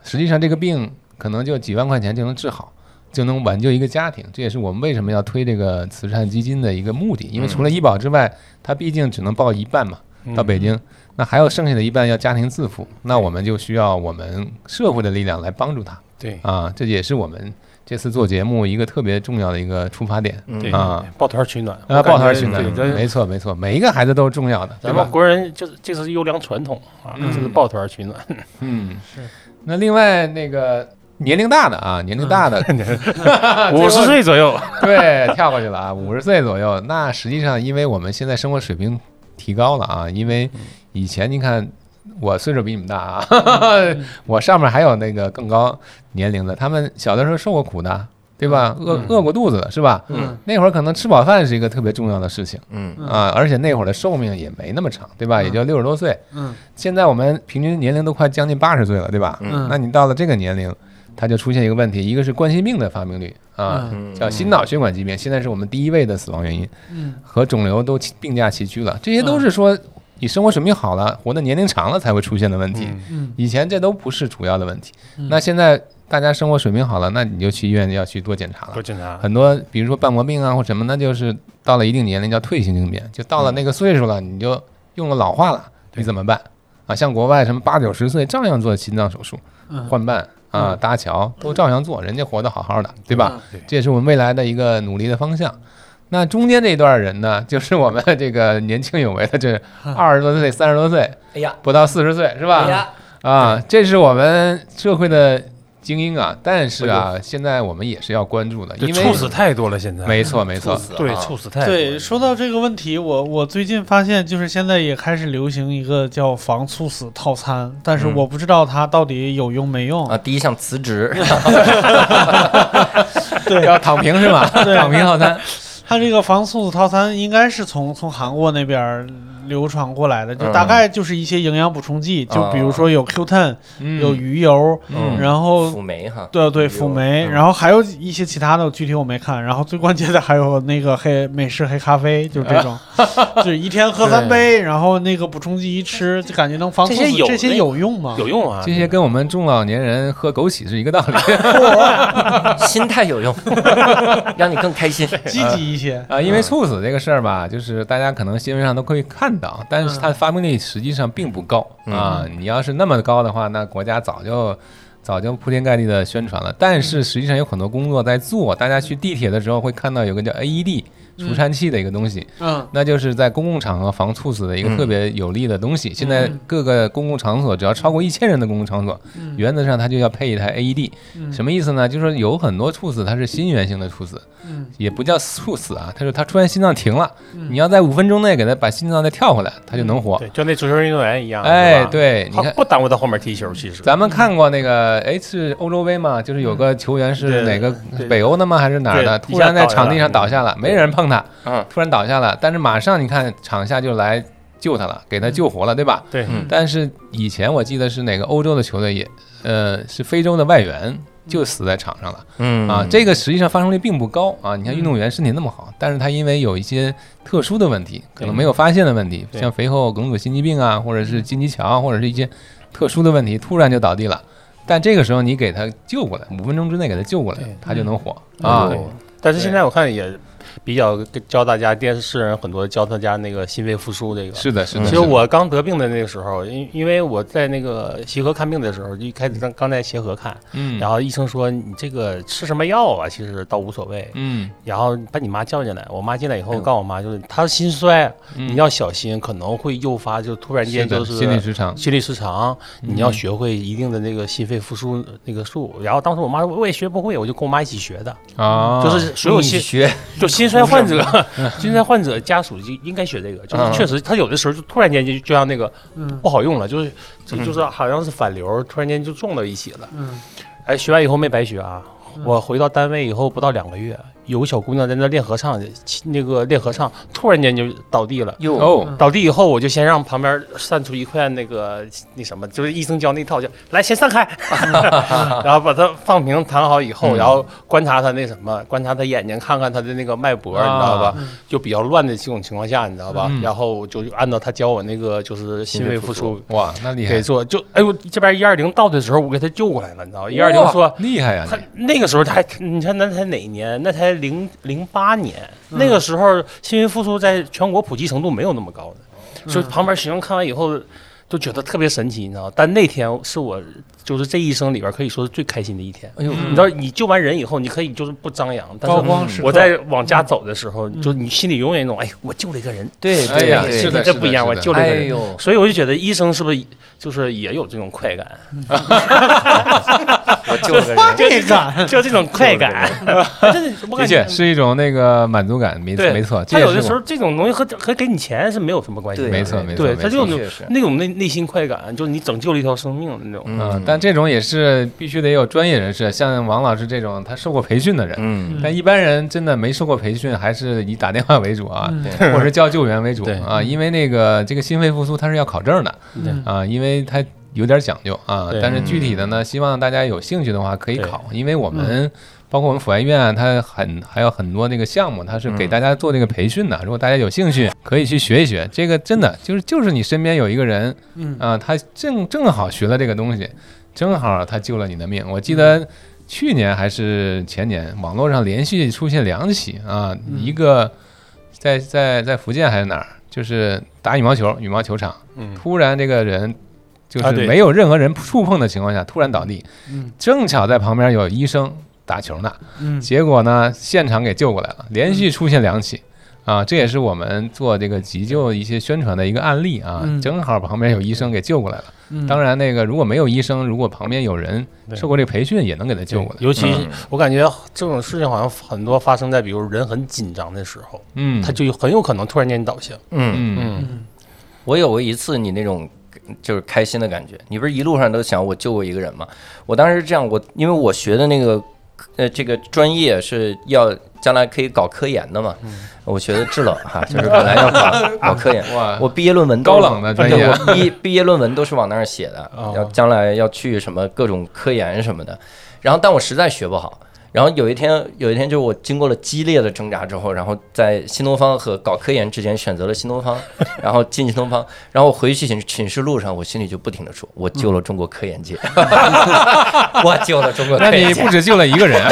S7: 实际上这个病可能就几万块钱就能治好。就能挽救一个家庭，这也是我们为什么要推这个慈善基金的一个目的。因为除了医保之外，它毕竟只能报一半嘛，
S6: 嗯
S7: 到北京，那还有剩下的一半要家庭自负，那我们就需要我们社会的力量来帮助他
S6: 对
S7: 啊，这也是我们这次做节目一个特别重要的一个出发
S1: 嗯
S7: 点
S6: 嗯对
S7: 啊，
S6: 抱团取暖
S7: 啊，抱团取暖
S6: 对，咱
S7: 没错没错，每一个孩子都是重要的，对
S6: 咱
S7: 吧
S6: 们？国人就是这是优良传统啊，
S7: 嗯
S6: 就是抱团取暖。
S7: 嗯，是。那另外那个年龄大的啊，年龄大的
S6: 五十岁左右，
S7: 对，跳过去了啊， 五十岁左右。那实际上，因为我们现在生活水平提高了啊，因
S4: 嗯
S7: 为以前你看我岁数比你们大啊，
S4: 嗯
S7: 我上面还有那个更高年龄的，他们小的时候受过苦的，对吧？
S4: 嗯
S7: 饿饿过肚子是吧？
S1: 嗯
S7: 那会儿可能吃饱饭是一个特别重要的事情
S1: 嗯
S4: 嗯
S7: 啊，而且那会儿的寿命也没那么长，对吧？也就六十多岁。
S4: 嗯
S7: 现在我们平均年龄都快将近八十岁了，对吧？
S4: 嗯
S7: 那你到了这个年龄，它就出现一个问题，一个是冠心病的发病率啊，
S4: 嗯
S1: 嗯
S7: 叫心脑血管疾病，现在是我们第一位的死亡原因，
S4: 嗯
S7: 和肿瘤都齐并驾齐驱了。这些都是说你生活水平好了，活的年龄长了才会出现的问题。
S4: 嗯
S7: 以前这都不是主要的问题。
S4: 嗯
S7: 那现在大家生活水平好了，那你就去医院要去多检查了
S6: 多。检查。
S7: 很多，比如说瓣膜病啊或什么，那就是到了一定年龄叫退行性病，就到了那个岁数了，你就用了老化了，你怎么办啊？像国外什么八九十岁照样做心脏手术、
S4: 嗯
S7: 换瓣啊、
S4: 嗯
S7: 搭桥，都照样做，人家活得好好的，对吧？
S6: 对
S7: 这也是我们未来的一个努力的方向。那中间这一段人呢，就是我们这个年轻有为的这二十多岁、三十多岁，
S1: 哎呀，
S7: 不到四十岁，是吧？
S1: 哎呀，
S7: 啊，这是我们社会的精英啊，但是啊，现在我们也是要关注的，因
S6: 对，
S7: 为
S6: 猝死太多了，现在
S7: 没错没
S1: 猝
S7: 错，
S1: 死啊
S6: 对猝死太多了
S4: 对，说到这个问题，我我最近发现，就是现在也开始流行一个叫防猝死套餐，但是
S1: 嗯
S4: 我不知道它到底有用没用。
S1: 啊！第一项辞职，
S7: 要躺平是吧？
S4: 对
S7: 躺平套餐，
S4: 它这个防猝死套餐应该是从从韩国那边流传过来的，就
S1: 嗯
S4: 大概就是一些营养补充剂，就比如说有 Q Ten，
S7: 嗯
S4: 有鱼油，
S1: 嗯
S4: 然后
S1: 辅酶哈，
S4: 对对，
S1: 有
S4: 辅酶，
S1: 嗯
S4: 然后还有一些其他的，具体我没看。然后最关键的还有那个黑美式黑咖啡，就是这种， 就是一天喝三杯，然后那个补充剂一吃，就感觉能防猝
S6: 这些
S4: 死
S6: 有
S4: 这些
S6: 那
S4: 有用吗？
S6: 有用啊。
S7: 嗯这些跟我们中老年人喝枸杞是一个道理
S1: 心态有 用，让你更开心。
S4: 积极一些。
S7: 啊，因为猝死这个事儿吧，就是大家可能新闻上都可以看到，但是它发病率实际上并不高啊。你要是那么高的话，那国家早就早就铺天盖地的宣传了。但是实际上有很多工作在做，大家去地铁的时候会看到有个叫 AED 除颤器的一个东西，
S4: 嗯
S7: 那就是在公共场合防猝死的一个
S1: 嗯
S7: 特别有力的东西。现在各个公共场所，只要超过一千人的公共场所，原则上它就要配一台 AED。
S4: 嗯
S7: 什么意思呢？就是说有很多猝死它是心源性的猝死，
S4: 嗯
S7: 也不叫猝死
S6: 嗯
S7: 啊，它是它突然心脏停了，
S4: 嗯
S7: 你要在五分钟内给它把心脏再跳回来，它就能活
S6: 对，。就那足球运动员一样，
S7: 哎
S6: 是，吧，
S7: 对，你
S6: 他
S7: 看。
S6: 不耽误到后面踢球，其实
S7: 咱们看过那个，哎，是欧洲杯嘛？就是有个球员
S6: 对
S7: 是哪个
S6: 对
S7: 北欧的吗？还是哪儿的？
S6: 对
S7: 突然在场地
S6: 一下
S7: 上倒
S6: 倒
S7: 下
S6: 下
S7: 了，没人碰他，
S1: 嗯
S7: 突然倒下了，但是马上你看场下就来救他
S6: 嗯
S7: 了，给他救活了，对吧？
S6: 对，
S1: 嗯
S7: 但是以前我记得是哪个欧洲的球队也，呃，是非洲的外援就死在场上了。
S1: 嗯
S7: 啊，这个实际上发生率并不高啊。
S6: 嗯
S7: 你看运动员身体那么好，但是他因为有一些特殊的问题，可能没有发现的问题，
S6: 对嗯
S7: 像肥厚梗阻心肌病啊，或者是筋肌桥啊，或者是一些特殊的问题，突然就倒地了。但这个时候你给他救过来，五分钟之内给他救过来
S6: 对，
S7: 他就能活
S1: 哦
S4: 嗯
S7: 啊
S6: 对。但是现在我看也比较教大家，电视人很多教大家那个心肺复苏这个。
S7: 是的，是的。
S6: 其
S7: 是
S6: 实
S7: 的
S6: 我刚得病的那个时候，因因为我在那个协和看病的时候，一开始刚刚在协和看，
S7: 嗯
S6: 然后医生说你这个吃什么药啊，其实倒无所谓。
S7: 嗯，
S6: 然后把你妈叫进来，我妈进来以
S7: 哎
S6: 后
S7: 呦
S6: 告诉我妈就是她心衰，
S7: 嗯
S6: 你要小心，可能会诱发就突然
S7: 是
S6: 间
S7: 的
S6: 就是
S7: 心理失常，
S6: 心律失常，
S7: 嗯
S6: 你要学会一定的那个心肺复苏那个术。然后当时我妈说我也学不会，我就跟我妈一起学的，嗯
S7: 啊，
S6: 就是所有嗯
S1: 你
S6: 心
S1: 学
S6: 就心衰患者， 心衰患者家属就应该学这个，
S7: 嗯
S6: 就是确实他有的时候就突然间就就像那个
S4: 嗯
S6: 不好用了，就是就
S7: 嗯
S6: 就是好像是反流，突然间就撞到一起了。
S4: 嗯
S6: 哎，学完以后没白学啊
S4: 嗯！
S6: 我回到单位以后不到两个月，有个小姑娘在那练合唱，其那个练合唱，突然间就倒地了。
S1: 哟
S7: 哦，
S6: 倒地以后，我就先让旁边散出一块那个那什么，就是医生教那套，就来先散开，然后把她放平躺好以后，
S7: 嗯
S6: 然后观察她那什么，观察她眼睛，看看她的那个脉搏，
S7: 啊
S6: 你知道吧
S4: 嗯？
S6: 就比较乱的这种情况下，你知道吧
S7: 嗯？
S6: 然后我就按照她教我那个就是心肺复
S1: 心肺
S6: 苏
S7: 哇，那厉
S6: 给
S7: 害，
S6: 做，就哎呦这边一二零到的时候，我给她救过来了，你知道吧？一二零
S7: 哇
S6: 说。
S7: 厉害呀，啊
S6: 他
S7: 你
S6: 那个时候他还，你看那才哪一年？那才零零八年，那个时候新闻复苏在全国普及程度没有那么高的，所以旁边学生看完以后都觉得特别神奇，你知道吗？但那天是我就是这一生里边可以说是最开心的一天。
S1: 哎呦，
S6: 你知道，你救完人以后，你可以就是不张扬，但
S4: 高
S6: 是
S4: 光时刻。
S6: 我在往家走的时候，就你心里永远有一种，哎，我救了一个人，
S1: 对
S7: 哎
S1: 对
S7: 呀，
S1: 对，
S7: 是的，
S6: 这
S7: 是
S6: 不
S7: 的
S6: 一样
S7: 是
S6: 我
S7: 的
S6: 就
S1: 哎呦，
S6: 所以我就觉得医生是不是就是也有这种快感，
S1: 我救了个 人，
S4: 这个
S6: 就这种快感，真的，我
S7: 的
S6: 感觉
S7: 确是一种那个满足感，没
S6: 对
S7: 没错，这
S6: 他
S7: 也
S6: 有的
S7: 是
S6: 时
S7: 我
S6: 候这种东西和和给你钱是没有什么关系的，
S1: 对
S7: 没错没错，
S6: 对
S7: 没
S6: 他
S7: 错
S6: 就
S1: 的
S6: 有
S1: 确是
S6: 那种那内心快感，就是你拯救了一条生命的那种。
S7: 嗯，但这种也是必须得有专业人士，像王老师这种他受过培训的人。
S1: 嗯，
S7: 但一般人真的没受过培训，还是以打电话为主啊，
S4: 嗯
S7: 或者是叫救援为主
S6: 对
S7: 啊，因为那个这个心肺复苏它是要考证的
S4: 嗯
S7: 啊，因为它有点讲究啊
S6: 对。
S7: 但是具体的呢，希望大家有兴趣的话可以
S6: 对
S7: 考，因为我们包括我们阜外医院啊，它很还有很多那个项目，它是给
S1: 嗯
S7: 大家做这个培训的。如果大家有兴趣，可以去学一学。这个真的就是就是你身边有一个人，
S4: 嗯
S7: 啊，他正正好学了这个东西，正好他救了你的命。我记得去年还是前年，网络上连续出现两起啊，一个在在在福建还是哪儿，就是打羽毛球，羽毛球场，
S6: 嗯
S7: 突然这个人就
S6: 啊
S7: 是
S6: 对
S7: 没有任何人触碰的情况下，突然倒地，
S4: 嗯
S7: 正巧在旁边有医生打球呢，
S4: 嗯
S7: 结果呢，现场给救过来了，连续出现两起。啊，这也是我们做这个急救一些宣传的一个案例啊，
S4: 嗯
S7: 正好旁边有医生给救过来了。
S4: 嗯，
S7: 当然，那个如果没有医生，如果旁边有人
S6: 对
S7: 受过这个培训，也能给他救过来。
S6: 尤其
S1: 嗯
S6: 我感觉这种事情好像很多发生在比如人很紧张的时候，
S7: 嗯，
S6: 他就有很有可能突然间倒下。
S1: 嗯，
S7: 嗯
S4: 嗯
S1: 我有过一次你那种就是开心的感觉，你不是一路上都想我救过一个人吗？我当时是这样，我因为我学的那个呃这个专业是要将来可以搞科研的嘛。我学的制冷哈，就是本来要搞搞科研，
S7: 哇，
S1: 我毕业论文都
S7: 啊
S1: 啊
S7: 高冷的专业
S1: 对我毕 毕业论文都是往那儿写的
S6: 哦，
S1: 要将来要去什么各种科研什么的。然后，但我实在学不好。然后有一天，有一天就是我经过了激烈的挣扎之后，然后在新东方和搞科研之间选择了新东 方，然后进新东方，然后我回去寝寝室路上，我心里就不停的说，我救了中国科 研界， 我救了中国
S7: 那
S1: 科
S7: 你
S1: 研界，
S7: 不止救了一个人，啊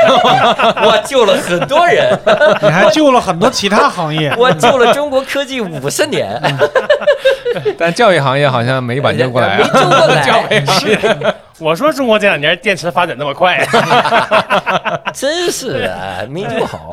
S1: 我救了很多人，，
S4: 你还救了很多其他行业
S1: 我救了中国科技五十 年。
S7: 但教育行业好像没挽救过 来
S1: 没
S7: 啊。
S1: 救过 来，
S6: 我说中国这两年电池发展那么快，
S1: 真是的，哎没救好。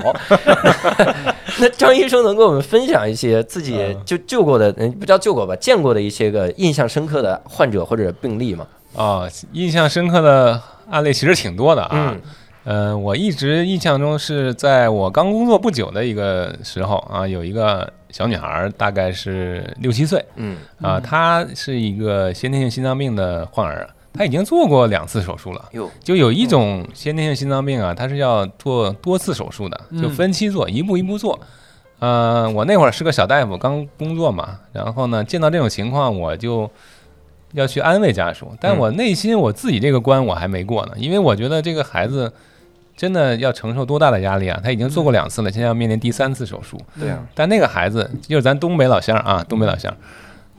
S1: 那张医生能给我们分享一些自己就救过的，嗯不叫救过吧，见过的一些个印象深刻的患者或者病例吗？
S7: 哦，印象深刻的案例其实挺多的啊
S1: 嗯。
S7: 嗯，我一直印象中是在我刚工作不久的一个时候啊，有一个小女孩儿，大概是六七岁
S1: 嗯
S7: 啊，她是一个先天性心脏病的患儿，她已经做过两次手术了。
S1: 哟，
S7: 就有一种先天性心脏病啊，它是要做多次手术的，就分期做，一步一步做。呃，我那会儿是个小大夫，刚工作嘛，然后呢，见到这种情况，我就要去安慰家属，但
S1: 嗯
S7: 我内心我自己这个关我还没过呢，因为我觉得这个孩子真的要承受多大的压力啊！他已经做过两次了，现在要面临第三次手术，
S4: 嗯
S1: 对啊，
S7: 但那个孩子就是咱东北老乡啊，东北老乡，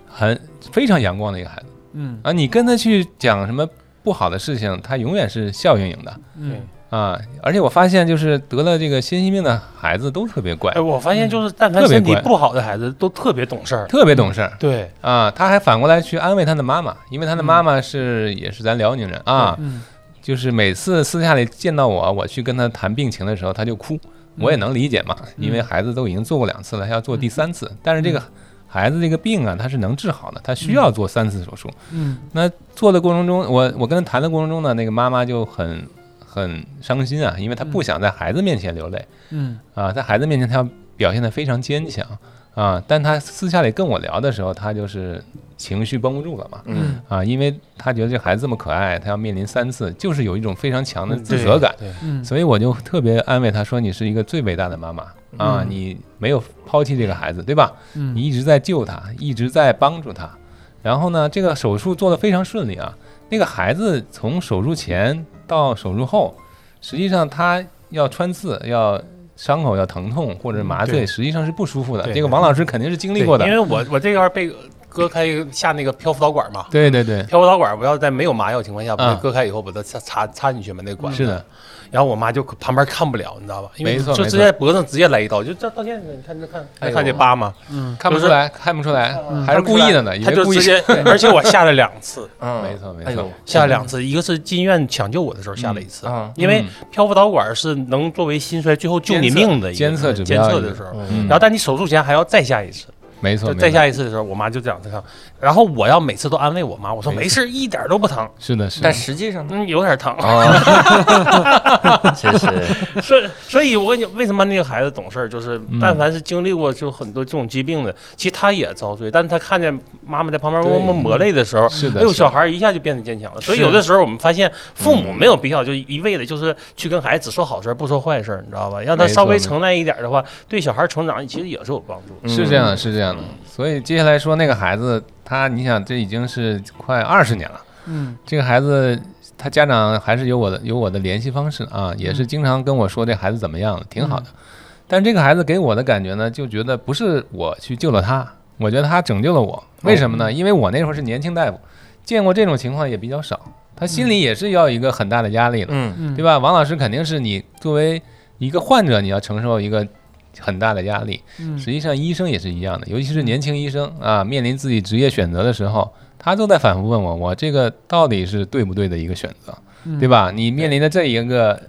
S7: 很非常阳光的一个孩子。
S4: 嗯
S7: 啊，你跟他去讲什么不好的事情，他永远是笑盈盈的
S4: 嗯
S7: 啊。而且我发现，就是得了这个心心病的孩子都特别乖
S6: 哎，， 我发现就是但凡
S7: 特别
S6: 身体
S7: 乖
S6: 不好的孩子都特别懂事儿。
S7: 特别懂事儿
S6: 对，
S7: 啊。他还反过来去安慰他的妈妈，因为他的
S6: 嗯
S7: 妈妈是也是咱辽宁人啊，
S4: 嗯
S7: 就是每次私下里见到我，我去跟他谈病情的时候，他就哭，
S6: 嗯
S7: 我也能理解嘛，因为孩子都已经做过两次了，还要做第三次，
S6: 嗯
S7: 但是这个。孩子这个病啊，他是能治好的，他需要做三次手术。
S4: 嗯
S7: 那做的过程中，我我跟他谈的过程中呢，那个妈妈就很很伤心啊，因为她不想在孩子面前流泪
S4: 嗯
S7: 啊，在孩子面前她要表现得非常坚强啊，但她私下里跟我聊的时候，她就是情绪绷不住了嘛
S1: 嗯
S7: 啊，因为她觉得这孩子这么可爱，她要面临三次，就是有一种非常强的自责感，
S6: 对，
S4: 嗯，
S7: 所以我就特别安慰她说：“你是一个最伟大的妈妈啊，
S4: 嗯
S7: 你没有抛弃这个孩子，对吧？你
S4: 嗯
S7: 一直在救他，一直在帮助他。然后呢，这个手术做得非常顺利啊。那个孩子从手术前到手术后，实际上他要穿刺，要伤口要疼痛或者麻
S6: 嗯
S7: 醉，
S6: 对
S7: 实际上是不舒服的。
S6: 对
S7: 这个王老师肯定是经历
S6: 对
S7: 过
S6: 因
S7: 的。嗯
S6: 为我我这块儿被割开下那个漂浮导管嘛，
S7: 对对对，
S6: 漂浮导管不要在没有麻药情况下，不
S7: 啊
S6: 是割开以后把它插插插进去嘛，那管子
S7: 是的，
S6: 然后我妈就旁边看不了，你知道吧？因为
S7: 没错
S6: 就
S7: 没
S6: 直
S7: 错
S6: 接脖子直接来一刀，就这到现在你看这看
S1: 哎呦
S6: 看这疤嘛，
S4: 嗯
S7: 看不出来，看不出来，
S4: 嗯
S7: 还是故意的呢，以
S6: 他
S7: 为
S6: 就
S7: 故意
S6: 直。接，而且我下了两次，
S1: 嗯
S7: 没错没错
S1: 哎呦
S6: 下了两次，一个是进医院抢救我的时候下了一次，
S7: 嗯
S1: 啊，
S6: 因为漂浮导管是能作为心衰最后救你命的一个
S7: 监测指
S6: 监
S7: 标
S6: 测的时候。
S7: 嗯
S6: 然后，但你手术前还要再下一次，
S7: 没错，
S6: 就
S7: 没
S6: 再
S7: 错
S6: 下一次的时候，我妈就这样子看。然后我要每次都安慰我妈，我说
S7: 没
S6: 没事，一点都不疼，
S7: 是的，是的哦
S1: 但。实际 上呢，
S6: 嗯，有点疼。
S1: 啊，这是
S6: 所以所以，我跟你为什么那个孩子懂事儿，就是
S7: 嗯
S6: 但凡是经历过就很多这种疾病的，其实他也遭罪，但是他看见妈妈在旁边
S7: 对
S6: 默默磨累的时候，
S7: 是的
S6: 哎呦，
S7: 是的
S6: 小孩儿一下就变得坚强了。所以
S7: 是嗯
S6: 有的时候我们发现，父母没有必要就一味的就是去跟孩子只说好事儿不说坏事儿，你知道吧？让他
S7: 没错
S6: 稍微
S7: 没错
S6: 承担一点儿的话，对小孩儿成长其实也是有帮助
S1: 嗯
S6: 的。
S7: 是这样的，是这样的。所以接下来说那个孩子，他你想，这已经是快二十年了。
S4: 嗯
S7: 这个孩子他家长还是有我的有我的联系方式啊，也是经常跟我说这孩子怎么样了，挺好的。但这个孩子给我的感觉呢，就觉得不是我去救了他，我觉得他拯救了我。为什么呢？因为我那会儿是年轻大夫，见过这种情况也比较少，他心里也是要一个很大的压力的，
S1: 嗯
S4: 嗯
S7: 对吧？王老师肯定是你作为一个患者，你要承受一个很大的压力。
S4: 嗯
S7: 实际上，医生也是一样的，尤其是年轻医生啊，面临自己职业选择的时候，他都在反复问我，我这个到底是对不对的一个选择，
S4: 嗯
S7: 对吧？你面临的这一个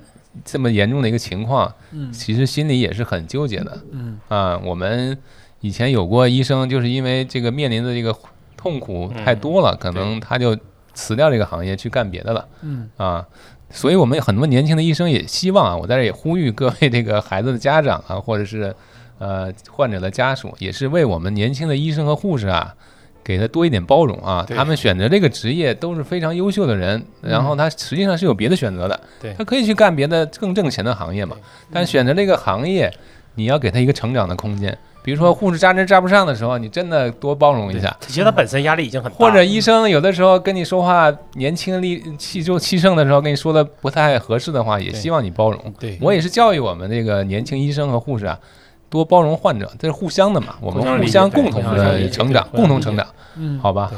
S7: 这么严重的一个情况，
S4: 嗯
S7: 其实心里也是很纠结的
S4: 嗯
S7: 啊。我们以前有过医生，就是因为这个面临的这个痛苦
S4: 嗯
S7: 太多了，可能他就辞掉这个行业去干别的了。
S4: 嗯
S7: 啊，所以我们有很多年轻的医生也希望啊，我在这儿也呼吁各位这个孩子的家长啊，或者是呃患者的家属，也是为我们年轻的医生和护士啊，给他多一点包容啊。
S6: 对
S7: 他们选择这个职业都是非常优秀的人，然后他实际上是有别的选择的，
S6: 嗯对
S7: 他可以去干别的更挣钱的行业嘛。但选择这个行业，你要给他一个成长的空间。比如说护士扎针扎不上的时候，你真的多包容一下。
S6: 其实他本身压力已经很大，
S7: 或者医生有的时候跟你说话年轻力气就气盛的时候，跟你说的不太合适的话，也
S6: 对
S7: 希望你包容。
S6: 对
S7: 我也是教育我们这个年轻医生和护士啊，多包容患者，这是互相的嘛，我
S6: 互相
S7: 们
S6: 理
S7: 互
S6: 解
S7: 相
S6: 对
S7: 共同
S6: 互相理
S7: 的
S6: 解
S7: 成长，
S6: 对
S7: 共同成长，
S4: 嗯，
S7: 好吧？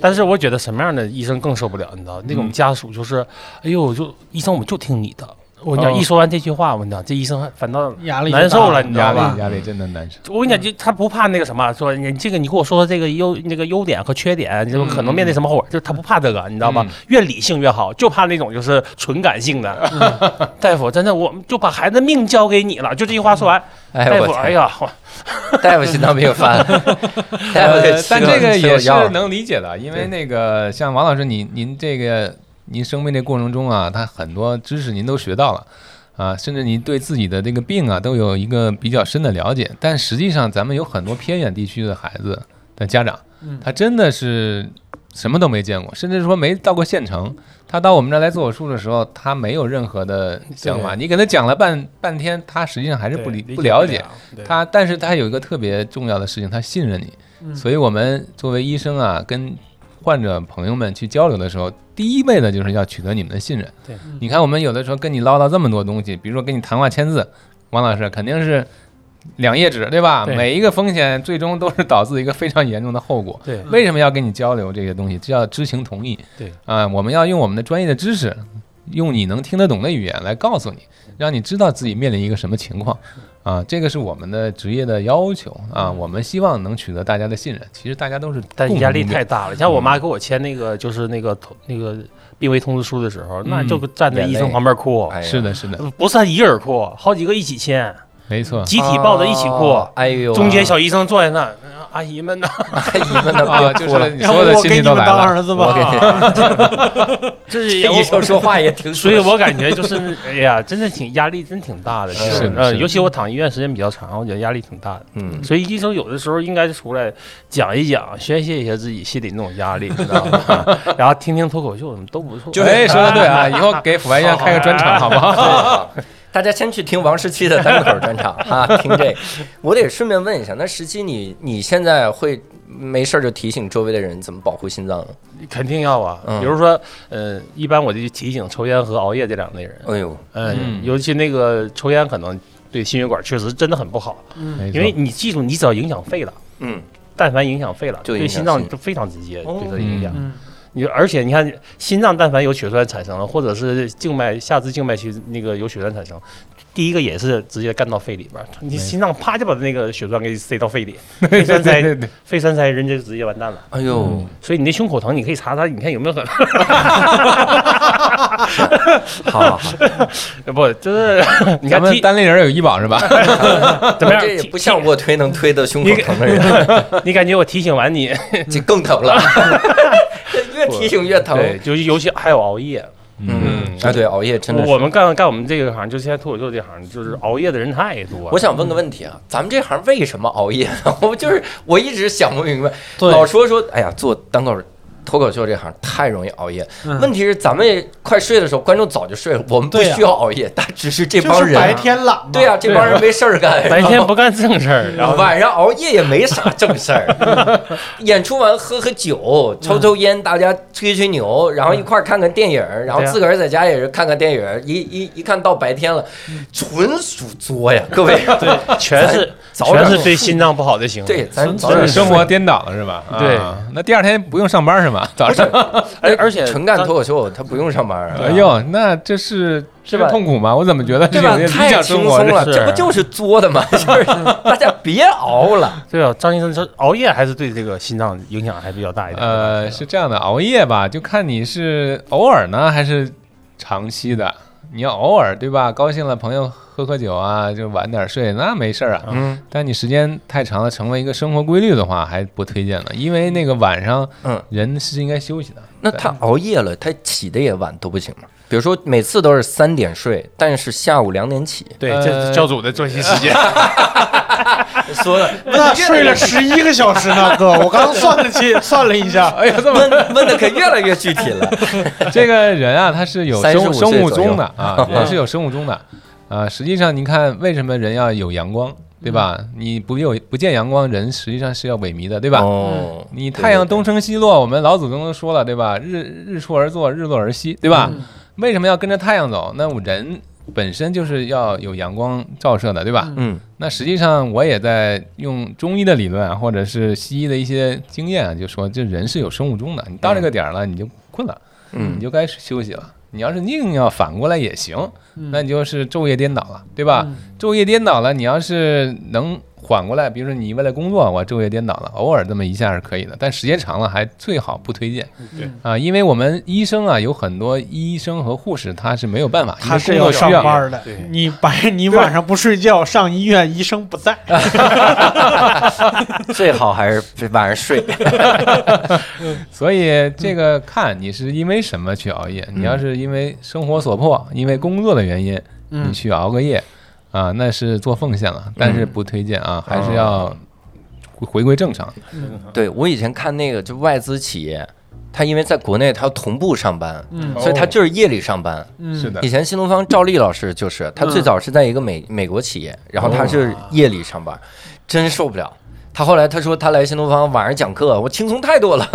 S6: 但是我觉得什么样的医生更受不了，你知道，那种
S7: 嗯
S6: 家属就是，哎呦，我就医生我就听你的。我跟你
S7: 哦
S6: 讲，一说完这句话，我跟你讲，这医生反倒
S4: 压力就
S6: 难
S4: 大
S6: 受了，你知
S7: 压
S6: 道
S7: 力
S6: 吧？
S7: 压力真的难受。
S6: 我跟你讲，就他不怕那个什么，说你这个你给我说说这个优那个优点和缺点，就可能面对什么后果，就他不怕这个，你知道吧
S7: 嗯？
S6: 越理性越好，就怕那种就是纯感性的。 大夫，真的，我就把孩子命交给你了，就这句话说完，
S1: 哎
S6: 大
S1: 我
S6: 夫，哎
S1: 天，
S6: 呀，我
S1: 大夫心脏病犯了， 大夫得
S7: 呃
S1: 吃，
S7: 但这个
S1: 吃
S7: 也
S1: 有
S7: 是
S1: 药
S7: 能理解的，因为
S1: 对
S7: 那个像王老师，您您这个您生病这过程中啊，他很多知识您都学到了啊，甚至您对自己的这个病啊都有一个比较深的了解。但实际上，咱们有很多偏远地区的孩子的家长
S4: 嗯，
S7: 他真的是什么都没见过，甚至说没到过县城。他到我们这儿来做手术的时候，他没有任何的想法。你给他讲了半半天，他实际上还是不理
S6: 对
S7: 不了解。，
S6: 对
S7: 他，但是他有一个特别重要的事情，他信任你。
S4: 嗯
S7: 所以我们作为医生啊，跟患者朋友们去交流的时候，第一位的就是要取得你们的信任。
S6: 对
S4: 嗯
S7: 你看我们有的时候跟你唠叨这么多东西，比如说跟你谈话签字，王老师肯定是两页纸，对吧？
S6: 对
S7: 每一个风险最终都是导致一个非常严重的后果。
S6: 对
S7: 为什么要跟你交流这些东西？这叫知情同意。
S6: 对
S7: 啊、我们要用我们的专业的知识，用你能听得懂的语言来告诉你，让你知道自己面临一个什么情况。啊、这个是我们的职业的要求啊、我们希望能取得大家的信任。其实大家都是共
S6: 但
S7: 同
S6: 压力
S7: 目标
S6: 太大了。
S1: 嗯
S6: 像我妈给我签那个就是那个通那个病危通知书的时候，那
S7: 嗯
S6: 就站在医生旁边哭，
S1: 哎呀
S7: 是的，是的，
S6: 不是她一个人哭，好几个一起签，
S7: 没
S1: 嗯
S7: 错。啊
S6: 集体抱着一起哭
S1: 哦。哎呦，
S6: 中间小医生坐在那，哎阿姨们呢？
S1: 姨们的
S7: 啊，
S1: 别
S7: 就
S1: 哭了
S7: 是，你
S4: 要
S7: 所
S4: 不
S7: 有的
S4: 我
S7: 亲
S4: 给
S7: 戚
S4: 你
S7: 都
S4: 们
S7: 来
S4: 当
S7: 了，
S4: 儿子
S1: 我
S4: 吧，
S1: 给
S6: 这
S1: 你
S6: 是
S1: 这医生说话也挺，
S6: 所以我感觉就是，哎呀，真的挺压力，真挺大的。其
S1: 是
S6: 实
S7: 的，是
S6: 呃，
S7: 的
S6: 尤其我躺医院时间比较长，我觉得压力挺大的。
S1: 嗯，
S6: 所以医生有的时候应该出来讲一讲，宣泄一下自己心里那种压力，你知道吗？ 然后听听脱口秀，什么都不错。
S7: 哎，说的对啊，以后给阜外医院开个专场，好 不好？
S1: 大家先去听王十七的单口专场 啊，听这个。我得顺便问一下，那十七你你现在会没事儿就提醒周围的人怎么保护心脏啊了？
S6: 肯定要啊。
S1: 嗯
S6: 比如说，呃，一般我就提醒抽烟和熬夜这两类人，
S1: 哎呦，
S6: 嗯
S7: 嗯，
S6: 尤其那个抽烟可能对心血管确实真的很不好，
S7: 没错
S6: 因为你记住，你只要影响肺了。
S1: 嗯，
S6: 但凡影响肺了，
S1: 就影
S6: 对
S1: 响
S6: 心脏
S1: 心
S6: 就非常直接，
S1: 哦
S6: 对它的影响。
S4: 嗯
S6: 你而且你看，心脏但凡有血栓产生了，或者是静脉下肢静脉区那个有血栓产生，第一个也是直接干到肺里边儿，你心脏啪就把那个血栓给塞到 肺里，肺栓塞，肺栓塞人就直接完蛋了。
S1: 哎呦，
S6: 所以你那胸口疼，你可以查查，你看有没有可
S1: 好好好，
S6: 能不？就是 你
S7: 咱
S6: 看
S7: 们
S6: 提
S7: 单立人有医保是 吧？
S6: 怎么样？
S1: 这也
S6: 提
S1: 不像卧推能推到胸口疼的人，
S6: 你感觉我提醒完 你，
S1: 这更疼 了，越提醒越疼。
S6: 对，就尤其还有熬夜，
S1: 嗯，啊，对，熬夜真的是
S6: 我们干干我们这个行，就现在脱口秀这行，就是熬夜的人太多了。
S1: 我想问个问题啊，咱们这行为什么熬夜呢？ 我就是我一直想不明白，
S4: 对
S1: 老说说，哎呀，做单口脱口秀这行太容易熬夜。
S4: 嗯
S1: 问题是咱们也快睡的时候，观众早就睡了，我们不
S4: 对呀
S1: 需要熬夜，但只是这帮
S4: 就是
S1: 人啊
S4: 白
S7: 啊
S4: 天懒嘛，
S1: 对呀、这帮人没事儿干，
S6: 白天
S1: 然后
S6: 不干正事儿，然后
S1: 晚上熬夜也没啥正事儿，演出完喝喝酒，抽抽烟，大家吹吹牛，然后一块儿看看电影，然后
S6: 对呀
S1: 自个儿在家也是看看电影，一一一看到白天了，纯属作呀，各位。
S6: 全是
S1: 早点
S6: 全是对心脏不好的行为。
S1: 对，咱早
S7: 所
S1: 点
S7: 以
S1: 睡
S7: 生活颠倒了是吧？
S6: 对
S7: 啊，那第二天不用上班是吗？早上，
S6: 而而且
S1: 哎纯干
S6: 咱
S1: 脱口秀，他不用上班啊儿，
S7: 哎呦，那这是
S1: 是
S7: 这
S1: 吧
S7: 是痛苦吗？我怎么觉 得
S1: 对
S7: 这
S1: 吧
S7: 有？点理
S1: 太
S7: 想
S1: 轻
S7: 生
S1: 松
S7: 活
S1: 了，
S6: 这是
S1: 这不就是作的 吗？就是大家别熬
S7: 嗯
S1: 了，
S6: 对啊，张医生说熬夜还是对这个心脏影响还比较大一点。
S7: 呃，是这样的，熬夜吧，就看你是偶尔呢，还是长期的。你要偶尔对吧？高兴了，朋友喝喝酒啊，就晚点睡，那没事儿啊。
S1: 嗯，
S7: 但你时间太长了，成为一个生活规律的话，还不推荐呢，因为那个晚上，
S1: 嗯，
S7: 人是应该休息的。
S1: 那他熬夜了，他起的也晚都不行吗？比如说每次都是三点睡，但是下午两点起，
S6: 对
S7: 呃
S6: 这是教主的作息时间。
S7: 哎
S1: 说了，
S4: 那睡了十一个小时 呢，哥， 我刚算了去算了一下，
S7: 哎呀，这么
S1: 问问的可越来越具体 了。
S7: 这个人啊，他是有
S1: 35岁
S7: 生生物
S1: 左右
S7: 钟的 啊，人是有生物钟的啊。实际上，您看为什么人要有阳光，对吧？
S1: 嗯
S7: 你不有不见阳光，人实际上是要萎靡的，对吧？
S1: 哦
S7: 你太阳东升西落，我们老祖宗都说了，对吧？日日出而作，日落而息，对吧？
S1: 嗯
S7: 为什么要跟着太阳走？那我人本身就是要有阳光照射的，对吧？
S1: 嗯，
S7: 那实际上我也在用中医的理论啊，或者是西医的一些经验啊，就说这人是有生物钟的，你到这个点儿了你就困了，
S1: 嗯
S7: 你就该休息了。你要是硬要反过来也行，
S4: 嗯
S7: 那你啊就是昼夜颠倒了，对吧？昼夜颠倒了，你要是能缓过来，比如说你为了工作，我昼夜颠倒了，偶尔这么一下是可以的，但时间长了还最好不推荐。
S4: 对
S7: 啊，因为我们医生啊，有很多医生和护士他是没有办法，
S4: 他是
S7: 因为工
S4: 要
S7: 作
S4: 上
S7: 需要
S4: 班的
S6: 对，
S4: 你白你晚上不睡觉上医院，医生不在，
S1: 嗯最好还是晚上睡。
S7: 所以这个看你是因为什么去熬夜，
S1: 嗯
S7: 你要是因为生活所迫，因为工作的原因，你去熬个夜，
S1: 嗯
S7: 啊，那是做奉献了，但是不推荐
S1: 哦
S7: 啊，还是要回回归正常。
S1: 对我以前看那个，就外资企业，他因为在国内他要同步上班，
S4: 嗯
S1: 所以
S7: 哦
S1: 他就是夜里上班。
S4: 嗯
S7: 是的
S1: 以，前新东方赵丽老师就是，他最早是在一个美、美国企业，然后他是夜里上班，真受不了。他后来他说他来新东方晚上讲课，我轻松太多了。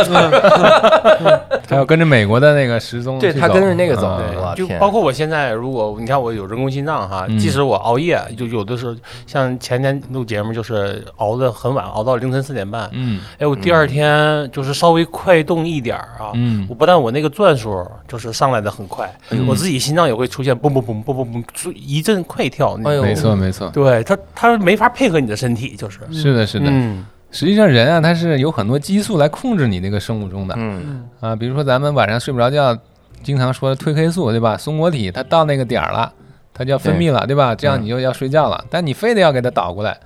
S7: 还要跟着美国的那个时钟去
S1: 对
S7: 走，
S1: 他跟着那个走，
S7: 啊
S1: 我
S6: 就
S1: 天
S6: 包括我现在，如果你看我有人工心脏哈，
S7: 嗯
S6: 即使我熬夜，就有的时候像前天录节目，就是熬的很晚，熬到凌晨四点半。
S7: 嗯
S6: 哎，我第二天就是稍微快动一点儿啊，
S1: 哦
S7: 嗯
S6: 我不但我那个转数就是上来的很快，
S7: 嗯
S6: 我自己心脏也会出现嘣嘣嘣嘣嘣嘣一阵快跳。
S1: 哎呦
S7: 没错没错，
S6: 对他，他没法配合你的身体，就是。
S7: 是的是的，
S6: 嗯，
S7: 实际上人啊，他是有很多激素来控制你那个生物钟的，
S1: 嗯
S7: 啊，比如说咱们晚上睡不着觉，经常说褪黑素，对吧？松果体它到那个点儿了，它就要分泌了，对吧？这样你就要睡觉了，但你非得要给它倒过来，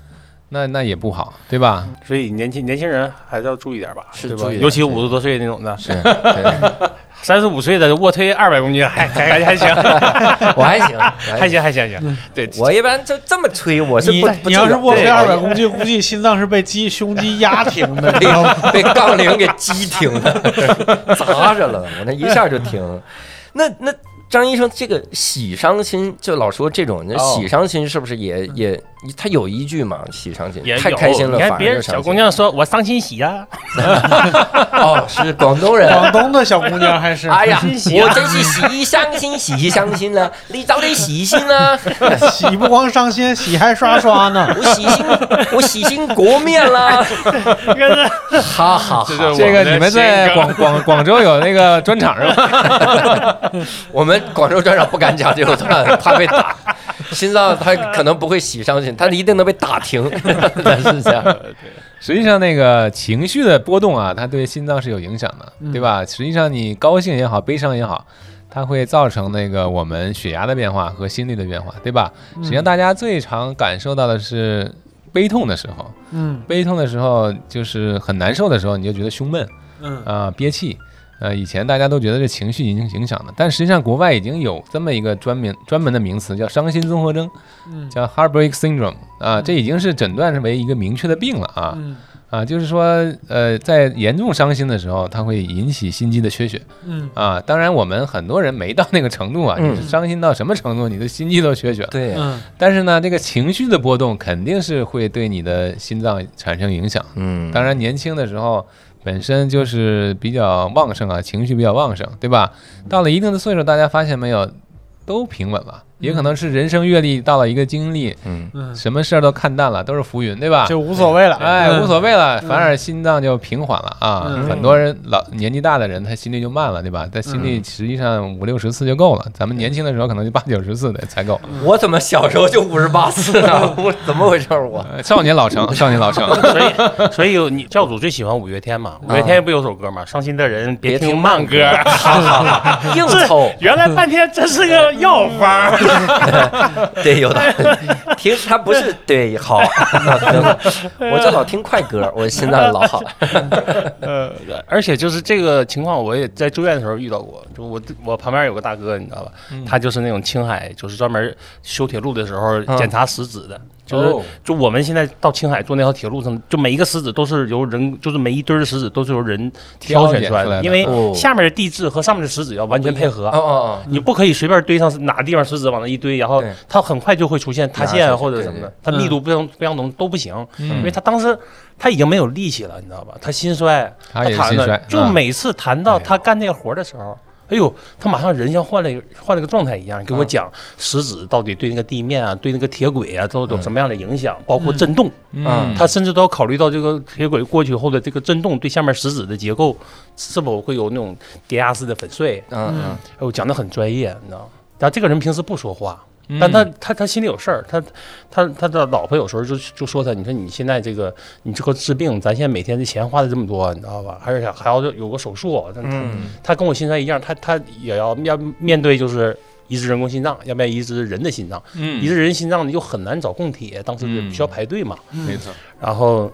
S7: 那那也不好，对吧？
S6: 所以年轻年轻人还是要注意点吧，
S1: 是
S6: 对吧
S1: 注意点
S6: 尤其五十多岁那种的，
S1: 是，对
S6: 三十五岁的卧推二百公斤，还还还行，
S1: 我还行，我
S6: 还
S1: 还行。
S6: 行还行还行，对，
S1: 哎我一般就这么吹，我是
S4: 你
S1: 不不
S4: 你要
S1: 记
S4: 是
S1: 得
S4: 卧推
S1: 对
S4: 二百公斤，估计心脏是被肌胸肌压停的，你知道吗？
S1: 被被杠铃给击停了， 砸着了，我那一下就停。那那张医生，这个喜伤心，就老说这种，那
S7: 哦
S1: 喜伤心是不是也也他有一句嘛？喜伤心
S6: 也，
S1: 太
S6: 有
S1: 开心了，
S6: 你
S1: 反
S6: 看别
S1: 而就
S6: 人
S1: 伤
S6: 小
S1: 心
S6: 姑娘说我伤心 喜呀，
S1: 哦，是广东人。
S4: 广东的小姑娘还是
S1: 哎呀，
S6: 喜啊
S1: 我真是喜伤心，喜伤心了， 你早点喜心啊！
S4: 洗不光伤心，洗还刷刷呢。
S1: 我喜心，我喜心国面 啦！好好好，
S7: 这个你们在广广广州有那个专场是吧？
S1: 我们广州专场不敢讲这种段子，怕被打。心脏他可能不会喜伤心，他一定能被打停。 但是这样，
S7: 实际上那个情绪的波动啊，它对心脏是有影响的，对吧？实际上你高兴也好，悲伤也好。它会造成那个我们血压的变化和心率的变化，对吧？实际上，大家最常感受到的是悲痛的时候，
S4: 嗯
S7: 悲痛的时候，就是很难受的时候，你就觉得胸闷
S4: 嗯
S7: 啊、憋气。呃，以前大家都觉得这情绪影影响的，但实际上国外已经有这么一个专门专门的名词，叫伤心综合征，
S4: 嗯
S7: 叫 heartbreak syndrome 啊，这已经是诊断为一个明确的病了啊
S4: 嗯
S7: 啊，就是说，呃，在严重伤心的时候，它会引起心肌的缺血
S4: 嗯
S7: 啊。当然，我们很多人没到那个程度啊，
S1: 嗯
S7: 你是伤心到什么程度，你的心肌都缺血了。
S1: 对
S4: 嗯
S7: 但是呢，这个情绪的波动肯定是会对你的心脏产生影响。
S1: 嗯
S7: 当然，年轻的时候本身就是比较旺盛啊，情绪比较旺盛，对吧？到了一定的岁数，大家发现没有，都平稳了。也可能是人生阅历到了一个经历，
S1: 嗯，
S4: 嗯，
S7: 什么事儿都看淡了，都是浮云，对吧？
S4: 就无所谓了。
S7: 哎，
S4: 嗯
S7: 无所谓了，反而心脏就平缓了啊
S4: 嗯。
S7: 很多人老年纪大的人，他心率就慢了，对吧？他心率实际上五六十次就够了，咱们年轻的时候可能就八九十次的才够。
S1: 我怎么小时候就五十八次 呢？我怎么回事？ 我
S7: 呃少年老成，少年老成。
S6: 所以所以有你教主最喜欢五月天嘛，五
S1: 啊
S6: 月天不有首歌嘛，伤心的人别听慢歌，
S1: 硬凑。
S6: 原来半天这是个药方，
S1: 对，有道理。平时他不是对 好，我就老听快歌，我心脏老好。
S6: 呃，而且就是这个情况，我也在住院的时候遇到过。就我我旁边有个大哥，你知道吧？他就是那种青海，就是专门修铁路的时候
S1: 嗯
S6: 检查石子的。就
S1: 哦
S6: 是就我们现在到青海坐那条铁路上，就每一个石子都是由人，就是每一堆儿石子都是由人挑选出来
S7: 挑选出来的
S6: 的，因为
S1: 哦
S6: 下面的地质和上面的石子要完全配合。
S1: 哦哦
S6: 你不可以随便堆上哪个地方石子往那一堆，然后
S1: 对
S6: 它很快就会出现塌
S1: 拿
S6: 陷
S1: 上去
S6: 或者
S1: 对
S6: 什么的
S1: 对，
S6: 它密度不相不相同都不行，因为
S7: 嗯，
S6: 他当时他已经没有力气了，你知道吧？他心衰，
S7: 他也是
S6: 躺
S7: 心
S6: 着
S7: 衰，
S6: 就
S7: 啊
S6: 每次谈
S1: 哎
S6: 到
S1: 呦
S6: 他干那个活儿的时候，哎呦，他马上人像换了一个换了个状态一样，给我
S1: 嗯
S6: 讲石子到底对那个地面啊，对那个铁轨啊，都有什么样的影响，包括震动，
S1: 嗯
S6: 他甚至都要考虑到这个铁轨过去后的这个震动对下面石子的结构是否会有那种叠压式的粉碎。
S1: 哦，嗯
S6: 哎呦，讲的很专业，你知道吗？但这个人平时不说话，但
S1: 嗯
S6: 他他他心里有事儿，他他他的老婆有时候就就说他，你说你现在这个你这个治病，咱现在每天这钱花的这么多，你知道吧？还是想还要有个手术，他他
S1: 嗯
S6: 他跟我心酸一样，他他也要要面对就是移植人工心脏，要不然移植人的心脏，
S7: 嗯
S6: 移植人心脏呢又很难找供体，当时
S7: 嗯
S6: 需要排队嘛，
S7: 没错，
S6: 然后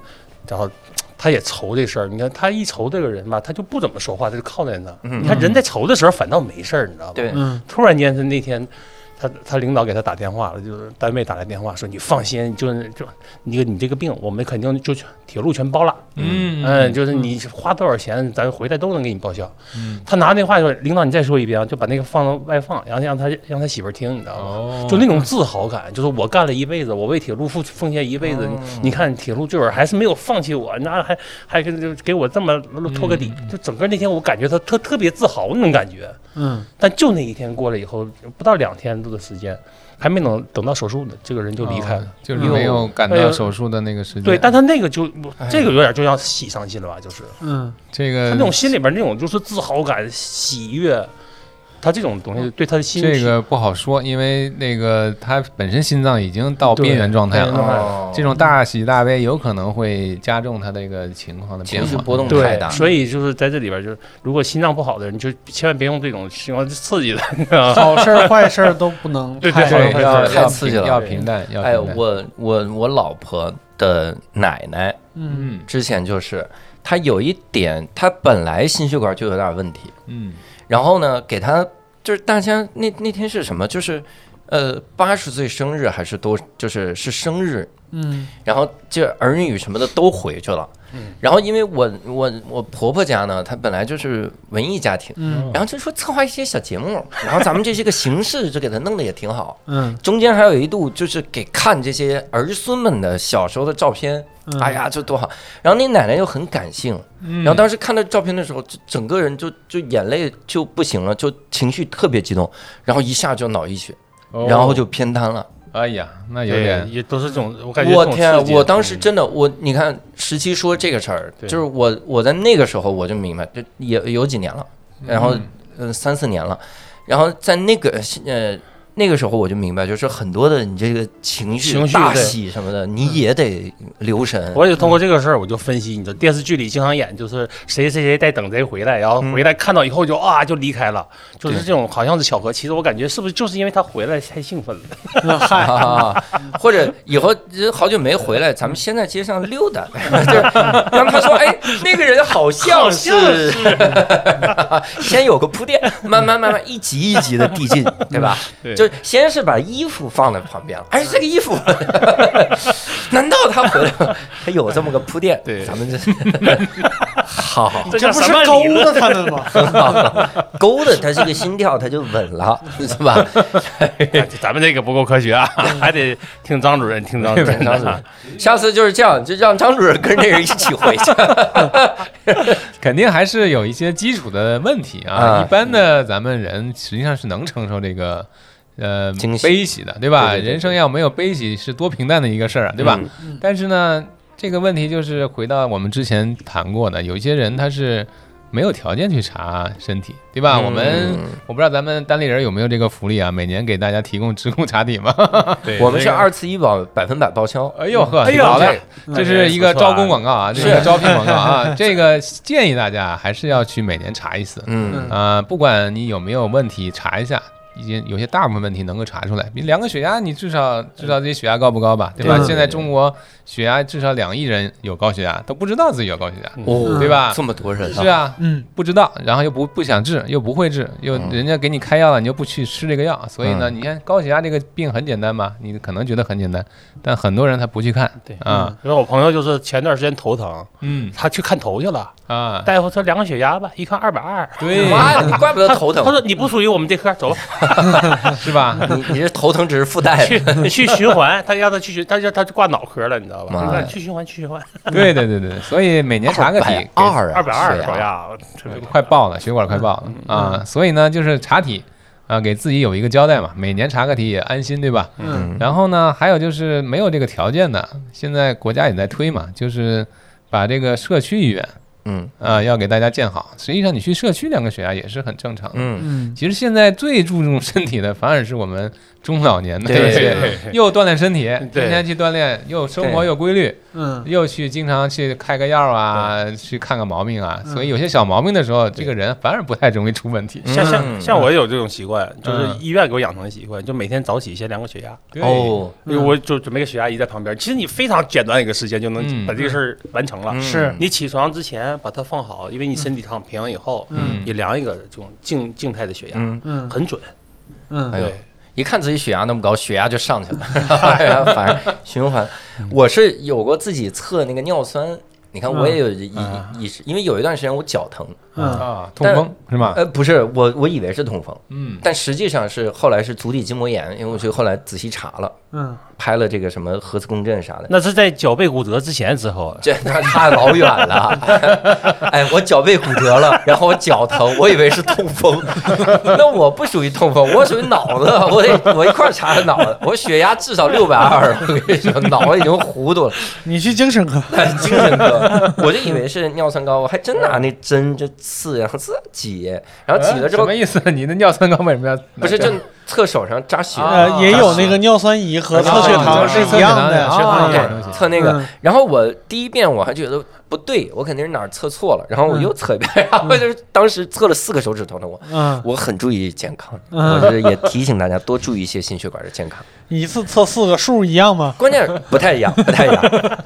S6: 然后。他也愁这事儿，你看他一愁这个人吧，他就不怎么说话，他就靠在那儿。
S1: 嗯
S6: 你看人在愁的时候反倒没事儿，你知道吧？
S1: 对，
S4: 嗯
S6: 突然间，他那天，他他领导给他打电话了，就是单位打来电话说：“你放心，就是就你你这个病，我们肯定就全铁路全包了。
S7: 嗯
S6: 嗯，就是你花多少钱，咱回来都能给你报销。
S7: 嗯”
S6: 他拿那话说：“领导，你再说一遍啊，就把那个放到外放，然后让他让他媳妇儿听，你知道吗？”
S7: 哦，
S6: 就那种自豪感，就是我干了一辈子，我为铁路付奉献一辈子。
S1: 哦
S6: 你看铁路这会儿还是没有放弃我，那还还跟就给我这么托个底，
S7: 嗯
S6: 就整个那天我感觉他特特别自豪那种感觉。
S4: 嗯
S6: 但就那一天过了以后，不到两天多的时间，还没能等到手术呢，这个人就离开了。
S7: 哦，就是没有赶
S6: 嗯哎
S7: 到
S6: 呦
S7: 手术的那个时间。
S6: 对，但他那个就
S1: 哎
S6: 这个有点就像喜上心了吧，就是
S4: 嗯
S7: 这
S6: 他
S7: 个
S6: 那种心里边那种就是自豪感、喜悦，他这种东西对他的心
S7: 这个不好说，因为那个他本身心脏已经到边缘状态
S6: 对边缘
S7: 了，
S1: 哦
S7: 这种大喜大悲有可能会加重他这个情况的变
S1: 情绪
S7: 化
S1: 波动太
S6: 对
S1: 大，，
S6: 所以就是在这里边就是，如果心脏不好的人，就千万别用这种情况刺激的，你 知道吗
S4: 好事儿坏事儿都不能
S6: 对对
S4: 太
S7: 对
S6: 对
S7: 要
S1: 要
S7: 要
S1: 太
S7: 平
S1: 刺激了
S7: 要平淡，要
S1: 哎，
S7: 平淡。
S1: 我我我老婆的奶奶
S4: 嗯
S7: 嗯
S1: 之前就是，她有一点，她本来心血管就有点问题，
S7: 嗯
S1: 然后呢，给她就是大家那那天是什么？就是呃八十岁生日还是多，就是是生日，
S4: 嗯
S1: 然后这儿女什么的都回去了。然后因为我我我婆婆家呢，她本来就是文艺家庭，
S4: 嗯
S1: 然后就说策划一些小节目，然后咱们这些个形式就给她弄得也挺好。
S4: 嗯
S1: 中间还有一度就是给看这些儿孙们的小时候的照片，
S4: 嗯
S1: 哎呀，这多好！然后那奶奶又很感性，然后当时看到照片的时候，就整个人就就眼泪就不行了，就情绪特别激动，然后一下就脑溢血，
S7: 哦
S1: 然后就偏瘫了。
S7: 哎呀，那有
S6: 对，
S7: 点
S6: 也都是这种，我感觉
S1: 我
S6: 这种
S1: 天啊
S6: 刺！激
S1: 我当时
S6: 嗯
S1: 真的，我你看十七说这个事儿，就
S6: 对
S1: 是我我在那个时候我就明白，这也有几年了，然后呃三四年了，然后在那个呃那个时候我就明白，就是很多的你这个情绪
S6: 情绪
S1: 大
S6: 对
S1: 喜什么的，你也得留神。
S6: 我也通过这个事儿，我就分析，你知道电视剧里经常演，就是谁谁谁在等谁回来，然后回来看到以后就啊就离开了，就是这种好像是巧合。其实我感觉是不是就是因为他回来太兴奋了？
S1: 啊， 或者以后人好久没回来，咱们先在街上溜达， 就是让他说，哎，那个人好像是， 先有个铺垫，慢慢慢慢一级一级的递进，对吧？
S6: 对
S1: 就是先是把衣服放在旁边了，哎，这个衣服， 难道他回来了？他有这么个铺垫，
S6: 对
S1: 咱们这 好好。
S6: 这
S4: 这
S6: 叫
S4: 不
S6: 什
S4: 是
S6: 么
S4: 勾
S6: 理论？
S4: 搭他们吗？
S1: 勾的他这个心跳他就稳了，是吧？
S6: 啊咱们这个不够科学啊，还得听张主任，听张主任，
S1: 张主任，下次就是这样，就让张主任跟那人一起回去。
S7: 肯定还是有一些基础的问题
S1: 啊
S7: 啊。一般的咱们人实际上是能承受这个呃
S1: 惊喜
S7: 悲喜的，对吧？
S1: 对对对对嗯
S7: 人生要没有悲喜是多平淡的一个事儿啊，对吧？但是呢，这个问题就是回到我们之前谈过的，有一些人他是。没有条件去查身体，对
S1: 嗯
S7: 吧？我们我不知道咱们单立人有没有这个福利啊，每年给大家提供职工查体吗？
S6: 对
S1: 我们是
S6: 这个
S1: 二次医保百分百报销。
S7: 哎呦呵，
S6: 哎呦
S7: 好嘞
S6: 这，
S7: 这是一个招工广告啊，这
S1: 是
S7: 是一个招聘广告啊。这个建议大家还是要去每年查一次，
S1: 嗯
S7: 呃啊，不管你有没有问题，查一下。一些有些大部分问题能够查出来。你量个血压，你至少至少这血压高不高吧，对吧？
S1: 对
S7: 现在中国血压至少两亿人有高血压，都不知道自己有高血压，
S1: 哦
S7: 对吧
S1: 这么多人
S7: 是，啊，
S4: 嗯，
S7: 不知道，然后又不不想治，又不会治，又
S1: 嗯
S7: 人家给你开药了，你又不去吃这个药，所以呢，
S1: 嗯
S7: 你看高血压这个病很简单吧？你可能觉得很简单，但很多人他不去看，
S6: 对
S1: 嗯
S7: 啊，
S6: 因为我朋友就是前段时间头疼，
S7: 嗯
S6: 他去看头去了，
S7: 啊，哎
S6: 大夫说量个血压吧，一看二百二，
S7: 对，
S1: 妈呀，你怪不得头
S6: 他
S1: 疼，
S6: 说你不属于我们这科，走吧，
S7: 是吧？
S1: 你你这头疼只是附
S7: 哎
S1: 带的。
S6: 去去循环，他让他去循，他就他就挂脑科了，你知道吧？
S1: 妈呀
S6: 他说去循环去循环，
S7: 对对对对，所以每年查个体，给
S1: 哦二啊
S6: 二百二
S7: 啊
S1: 血
S6: 高
S1: 压，
S6: 压，
S7: 嗯
S6: 特别
S7: 快爆了，血管快爆了啊！所以呢，就是查体啊，给自己有一个交代嘛，每年查个体也安心，对吧？
S1: 嗯，
S7: 然后呢，还有就是没有这个条件的，现在国家也在推嘛，就是把这个社区医院
S1: 嗯
S7: 啊、要给大家建好。实际上，你去社区量个血压也是很正常的。
S1: 嗯
S4: 嗯，
S7: 其实现在最注重身体的，反而是我们中老年的
S1: 对
S7: 这些，
S6: 对
S7: 又锻炼身体，
S6: 对
S7: 天天去锻炼，又生活又规律，
S4: 嗯，
S7: 又去经常去开个药啊，去看个毛病啊，
S4: 嗯
S7: 所以有些小毛病的时候，这个人反而不太容易出问题。
S1: 嗯
S6: 像像像我也有这种习惯，就是
S7: 嗯
S6: 医院给我养成的习惯，就每天早起先量个血压，
S7: 对，
S1: 哦，
S6: 因为我就准备个血压仪在旁边。其实你非常简单一个时间就
S7: 嗯
S6: 能把这个事儿完成了。
S1: 嗯
S4: 是
S6: 你起床之前把它放好，因为你身体躺平以后，
S7: 嗯
S6: 你量一个这种静静态的血压，
S1: 嗯，
S4: 嗯，
S6: 很准。
S4: 嗯
S1: 哎，呦
S6: 对，
S1: 一看自己血压那么高，血压就上去了， 然后反正 循环。我是有过自己测那个尿酸，你看我也有一一，因为有一段时间我脚疼，
S4: 嗯，
S7: 啊，痛风是吗？
S1: 呃，不是我我以为是痛风，
S7: 嗯
S1: 但实际上是后来是足底筋膜炎，因为我去后来仔细查了，
S4: 嗯，
S1: 拍了这个什么核磁共振啥的。
S6: 那是在脚背骨折之前之后，
S1: 这那差老远了， 哎，我脚背骨折了，然后我脚疼，我以为是痛风， 那我不属于痛风，我属于脑子，我得我一块儿查的脑子，我血压至少六百二，我跟你说，脑子已经糊涂了，
S4: 你去精神科，
S1: 哎精神科，我就以为是尿酸高，我还真拿那针就刺，然后刺挤，然后挤了之
S7: 哎什
S1: 后
S7: 么，意思？你的尿酸高为什么要？
S1: 不是就侧手上扎血，
S7: 啊
S4: 呃，也有那个尿酸仪和测血糖是一样的
S7: 啊，
S1: 啊
S7: 啊
S1: 对
S7: 啊啊
S1: 测那个
S4: 嗯。
S1: 然后我第一遍我还觉得不对，我肯定是哪儿测错了，然
S6: 嗯
S1: 后我又测一遍，然后就是当时测了四个手指头呢，我。
S4: 嗯，
S1: 我很注意健康，
S4: 嗯
S1: 我就是也提醒大家多注意一些心血管的健康。
S4: 你一次测四个数一样吗？
S1: 关键是不太一样，不太一样。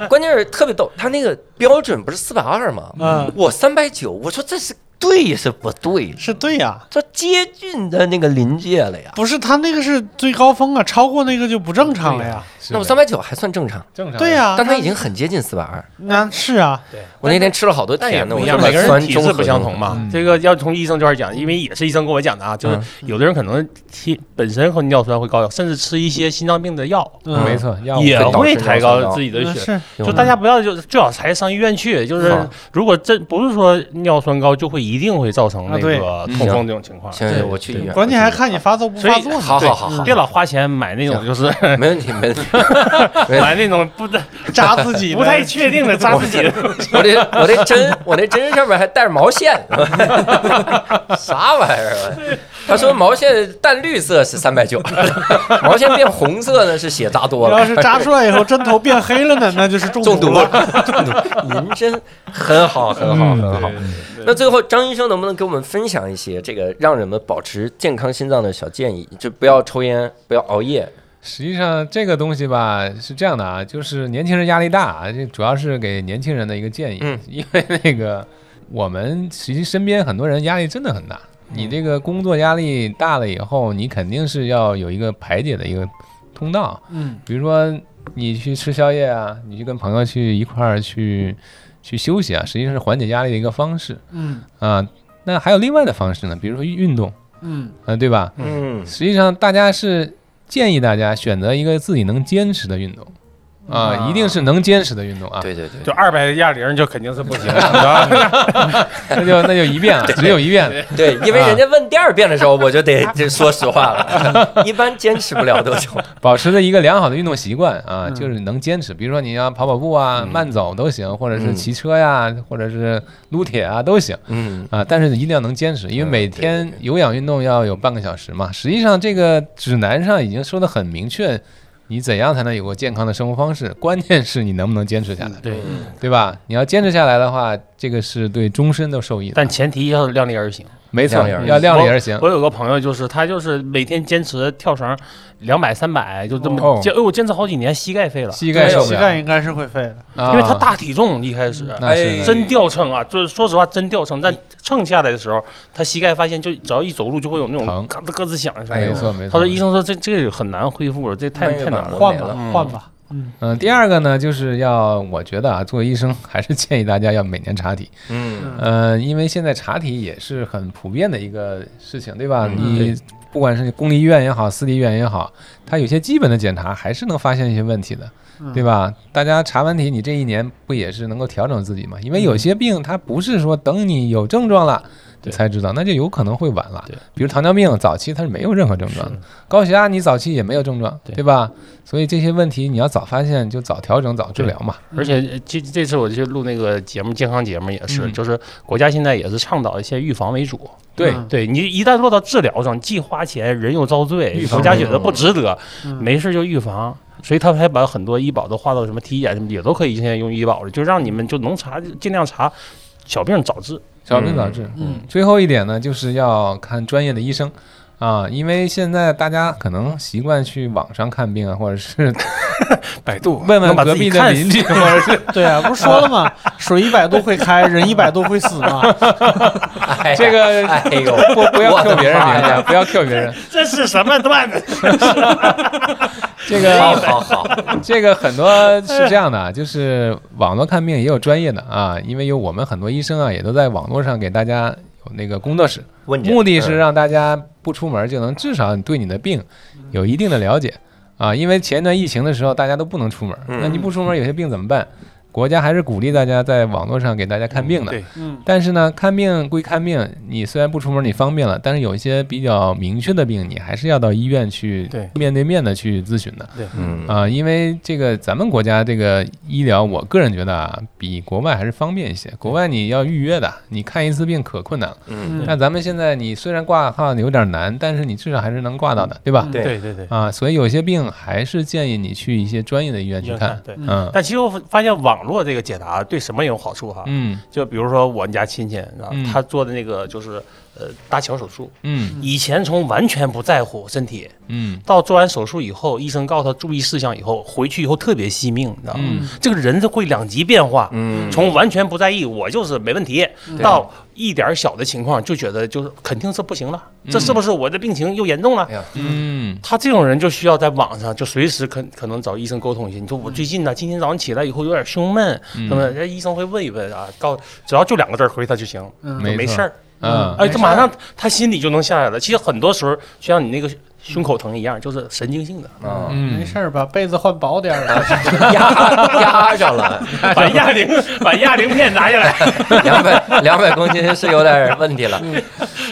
S1: 关键是特别逗，他那个标准不是四百二吗？
S4: 嗯，
S1: 我三百九，我说这是对是不对？
S4: 是对呀，
S1: 这接近的那个临界了呀。
S4: 不是他那个是最高峰啊，超过那个就不正常了呀。
S7: 是
S1: 那我
S7: 的
S1: 三百九还算正
S6: 啊
S1: 常，
S7: 正常，
S4: 对，呀，
S1: 但它已经很接近四百二。
S4: 那是啊，
S1: 我那天吃了好多
S6: 但也
S1: 甜的，
S6: 不
S1: 我就
S6: 一样，
S1: 把
S6: 每个
S1: 酸
S6: 人体
S1: 中和
S6: 质不相同嘛。
S7: 嗯
S6: 这个要从医生这块讲，因为也是医生跟我讲的啊，就是有的人可能体本身和尿酸会高，甚至吃一些心脏病的药
S1: 嗯
S7: 没
S4: 嗯，
S7: 错，药物
S6: 也
S1: 会导
S6: 会
S1: 致
S6: 抬
S1: 尿酸
S6: 高
S1: 高
S6: 自己的
S4: 嗯
S6: 血
S4: 是，
S1: 有
S6: 就
S1: 吗
S6: 大家不要就是最好还是上医院去，就是
S1: 好
S6: 如果真不是说尿酸高就会一定会造成
S4: 啊
S6: 那
S4: 对
S6: 个痛风这种情况，
S1: 行
S6: 对
S1: 行，我去医院。
S4: 关键还看你发作不
S6: 所以
S4: 发作呢。
S1: 好好好
S4: 对
S1: 好
S6: 别老花钱买那种就是
S1: 没问题，没问题。 对
S6: 买那种不太
S4: 扎自 己的，
S6: 不太确定的扎自己的，
S1: 我这我这针，我那针上面还带着毛线， 啥玩意儿啊？他说毛线淡绿色是三百九， 毛线变红色呢是血扎多
S4: 你要
S1: 了，
S4: 是扎出来以后针头变黑了呢，那就是中
S1: 中毒
S4: 了。
S1: 了，中毒。银针很好，很好，很好。那最后，张医生能不能给我们分享一些这个让人们保持健康心脏的小建议？就不要抽烟，不要熬夜。
S7: 实际上这个东西吧是这样的啊，就是年轻人压力大啊，这主要是给年轻人的一个建议，
S1: 嗯
S7: 因为那个我们其实身边很多人压力真的很大，你这个工作压力大了以后，你肯定是要有一个排解的一个通道，
S4: 嗯
S7: 比如说你去吃宵夜啊，你去跟朋友去一块儿去去休息啊，实际上是缓解压力的一个方式
S4: 嗯
S7: 啊。那还有另外的方式呢，比如说运动，
S4: 嗯
S7: 啊，对吧？
S1: 嗯
S7: 实际上，大家是建议大家选择一个自己能坚持的运动啊，一定是能坚持的运动啊。
S1: 对对对，
S6: 就二百加零就肯定是不行，你知道吗
S7: 那就那就 一遍啊，只有一遍。
S1: 对，因为人家问第二遍的时候，我就得就说实话了， 一般坚持不了多久。
S7: 保持着一个良好的运动习惯啊，
S4: 嗯
S7: 就是能坚持。比如说你要跑跑步啊、慢走都行，或者是
S1: 嗯
S7: 骑车呀，或者是撸铁啊都行
S1: 嗯，
S7: 啊。但是一定要能坚持，因为
S1: 嗯
S7: 每
S1: 对对
S7: 天
S1: 对
S7: 有氧运动要有半个小时嘛。实际上，这个指南上已经说的很明确，你怎样才能有个健康的生活方式，关键是你能不能坚持下来。
S6: 对，
S7: 对吧？你要坚持下来的话，这个是对终身都受益的。
S6: 但前提要量力而行。
S7: 没错，
S1: 量力而
S7: 要量力而行。
S6: 我有个朋友，就是他就是每天坚持跳绳两百、三百，就这么
S7: 哦
S6: 坚，哎，我坚持好几年，膝盖废了，
S7: 膝盖受不
S4: 膝盖
S7: 了，
S4: 应该是会废的。
S7: 啊
S6: 因为他大体重一开始。
S7: 那是
S1: 哎
S7: 的
S6: 真掉秤啊，就是说实话，真掉秤。但秤下来的时候，他膝盖发现，就只要一走路就会有那种
S7: 疼
S6: 咯吱咯吱响的声
S1: 哎
S6: 音
S1: 呦
S7: 没。错没错。
S6: 他说医生说这这个很难恢复了，这太
S1: 没有
S6: 太难
S1: 办法。
S6: 了
S4: 换
S1: 没
S4: 吧
S1: 了，
S6: 嗯
S4: 换吧。
S7: 嗯，第二个呢，就是要我觉得啊，做医生还是建议大家要每年查体。
S1: 嗯，
S7: 呃，因为现在查体也是很普遍的一个事情，对吧？
S1: 嗯
S7: 你不管是公立医院也好，私立医院也好，它有些基本的检查还是能发现一些问题的，对吧？大家查完体，你这一年不也是能够调整自己吗？因为有些病它不是说等你有症状了。你
S6: 对
S7: 才知道，那就有可能会晚了
S6: 对。
S7: 比如糖尿病早期它是没有任何症状的，高血压你早期也没有症状，
S6: 对
S7: 对吧？所以这些问题你要早发现，就早调整、早治疗嘛。
S6: 而且呃这这次我去录那个节目，健康节目也是，
S7: 嗯
S6: 就是国家现在也是倡导一些预防为主。
S7: 对
S4: 嗯
S6: 对你一旦落到治疗上，既花钱，人又遭罪
S7: 预，防
S6: 国家
S1: 为
S6: 觉得
S1: 主
S6: 不值得，
S4: 嗯
S6: 没事就预防。所以他还把很多医保都划到什么体检什么也都可以现在用医保了，就让你们就能查尽量查，小病早治。
S7: 小病早治。
S4: 嗯，
S7: 最后一点呢，就是要看专业的医生啊，因为现在大家可能习惯去网上看病啊，或者是
S6: 百度
S7: 问问隔壁的 邻居，或者是
S4: 对啊，不是说了吗？水一百度会开，人一百度会死嘛。
S1: 哎呀
S7: 这个
S1: 哎呦，
S7: 不不要
S1: 我的
S7: Q 别人
S1: 妈
S7: 名
S1: 呀
S7: 字，不要 Q 别人。
S6: 这是什么段 子？
S7: 这
S1: 好
S7: 个
S1: 好好，
S7: 这个很多是这样的啊，就是网络看病也有专业的啊，因为有我们很多医生啊，也都在网络上给大家有那个工作室，
S1: 问诊
S7: 目的是
S1: 嗯
S7: 让大家不出门就能至少对你的病有一定的了解啊，因为前一段疫情的时候大家都不能出门，
S1: 嗯
S7: 那你不出门有些病怎么办？国家还是鼓励大家在网络上给大家看病的。
S6: 对，
S4: 嗯
S7: 但是呢，看病归看病，你虽然不出门你方便了，但是有一些比较明确的病，你还是要到医院去
S6: 对
S7: 面对面的去咨询的。
S1: 嗯
S7: 啊、因为这个咱们国家这个医疗，我个人觉得啊，比国外还是方便一些。国外你要预约的，你看一次病可困难了。
S1: 嗯
S7: 那咱们现在你虽然挂号有点难，但是你至少还是能挂到的，对吧？
S1: 对
S6: 对对，
S7: 啊，所以有些病还是建议你去一些专业的医院去看。
S6: 对。
S7: 嗯
S6: 但其实我发现网络这个解答对什么有好处哈？
S7: 嗯
S6: 就比如说我们家亲戚啊
S7: 嗯，
S6: 他做的那个就是呃搭桥手术，
S7: 嗯
S6: 以前从完全不在乎身体，
S7: 嗯
S6: 到做完手术以后，医生告诉他注意事项以后，回去以后特别惜命，你知道吗？
S7: 嗯
S6: 这个人是会两极变化，
S1: 嗯，
S6: 从完全不在意我就是没问题，
S7: 嗯
S6: 到一点小的情况就觉得就是肯定是不行了，这是不是我的病情又严重了？
S1: 哎呀，
S7: 嗯
S6: 他这种人就需要在网上就随时可可能找医生沟通一下。你说我最近呢，今天早上起来以后有点胸闷，那么人家医生会问一问啊，告只要就两个字儿回他就行，
S4: 嗯
S7: 没
S6: 没
S7: 错
S6: 事儿。
S7: 嗯
S6: 哎，他马上他心里就能下来了。其实很多时候就像你那个胸口疼一样，就是神经 性的，
S1: 啊，
S4: 没
S7: 嗯，
S4: 事儿，把被子换薄点儿。
S1: 压压上了，
S6: 把哑铃哎 把哑铃片拿下来。
S1: 两百两百公斤是有点问题了。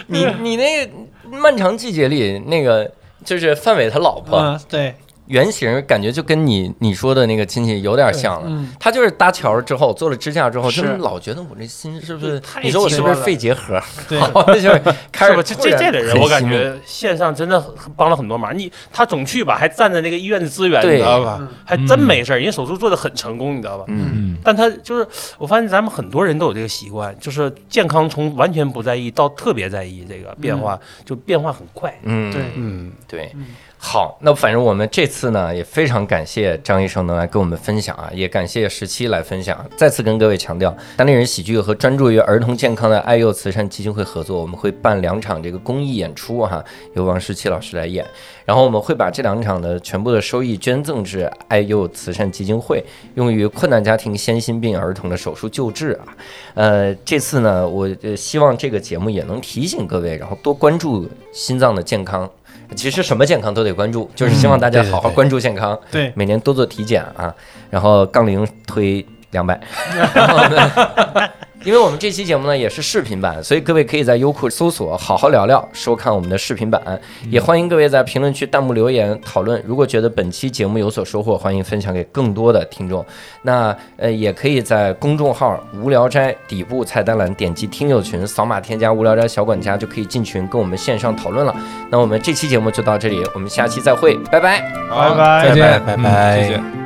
S1: 你你那个漫长季节里那个。就是范伟他老婆
S4: 嗯，对，
S1: 原型，感觉就跟你你说的那个亲戚有点像了。
S4: 嗯，
S1: 他就是搭桥之后做了支架之后，就是老觉得我这心是不
S6: 对
S1: 是？
S6: 太
S1: 你说我是不是
S6: 极端了
S1: 肺结核？
S4: 对，
S1: 好，就是开
S6: 是
S1: 始
S6: 吧？这这这类人，
S1: 很
S6: 我感
S1: 心
S6: 觉线上真的很帮了很多忙。你他总去吧，还占着那个医院的资源，
S1: 对
S6: 你知道吧
S4: 嗯？
S6: 还真没事儿，人家手术做的很成功，你知道吧？
S1: 嗯
S7: 嗯
S6: 但他就是，我发现咱们很多人都有这个习惯，就是健康从完全不在意到特别在意，这个变化、就变化很快。
S1: 嗯
S4: 对
S6: 嗯，
S1: 对
S4: 嗯，
S1: 好，那反正我们这次呢也非常感谢张医生能来跟我们分享啊，也感谢十七来分享。啊再次跟各位强调，单立人喜剧和专注于儿童健康的爱幼慈善基金会合作，我们会办两场这个公益演出哈、由王十七老师来演，然后我们会把这两场的全部的收益捐赠至爱幼慈善基金会，用于困难家庭先心病儿童的手术救治啊。呃，这次呢，我呃希望这个节目也能提醒各位，然后多关注心脏的健康。其实什么健康都得关注，就是希望大家
S6: 嗯对对
S1: 好好
S6: 对
S1: 关注健康，
S4: 对，
S1: 每年多做体检啊。然后杠铃推两百，然后呢，因为我们这期节目呢也是视频版，所以各位可以在优酷搜索“好好聊聊”收看我们的视频版，也欢迎各位在评论区弹幕留言讨论。如果觉得本期节目有所收获，欢迎分享给更多的听众。那呃，也可以在公众号“无聊斋”底部菜单栏点击听友群，扫码添加“无聊斋小管家”就可以进群跟我们线上讨论了。那我们这期节目就到这里，我们下期再会，拜拜。
S7: 好
S4: 拜拜
S7: 再见，
S6: 拜拜
S7: 嗯
S6: 拜
S7: 谢谢。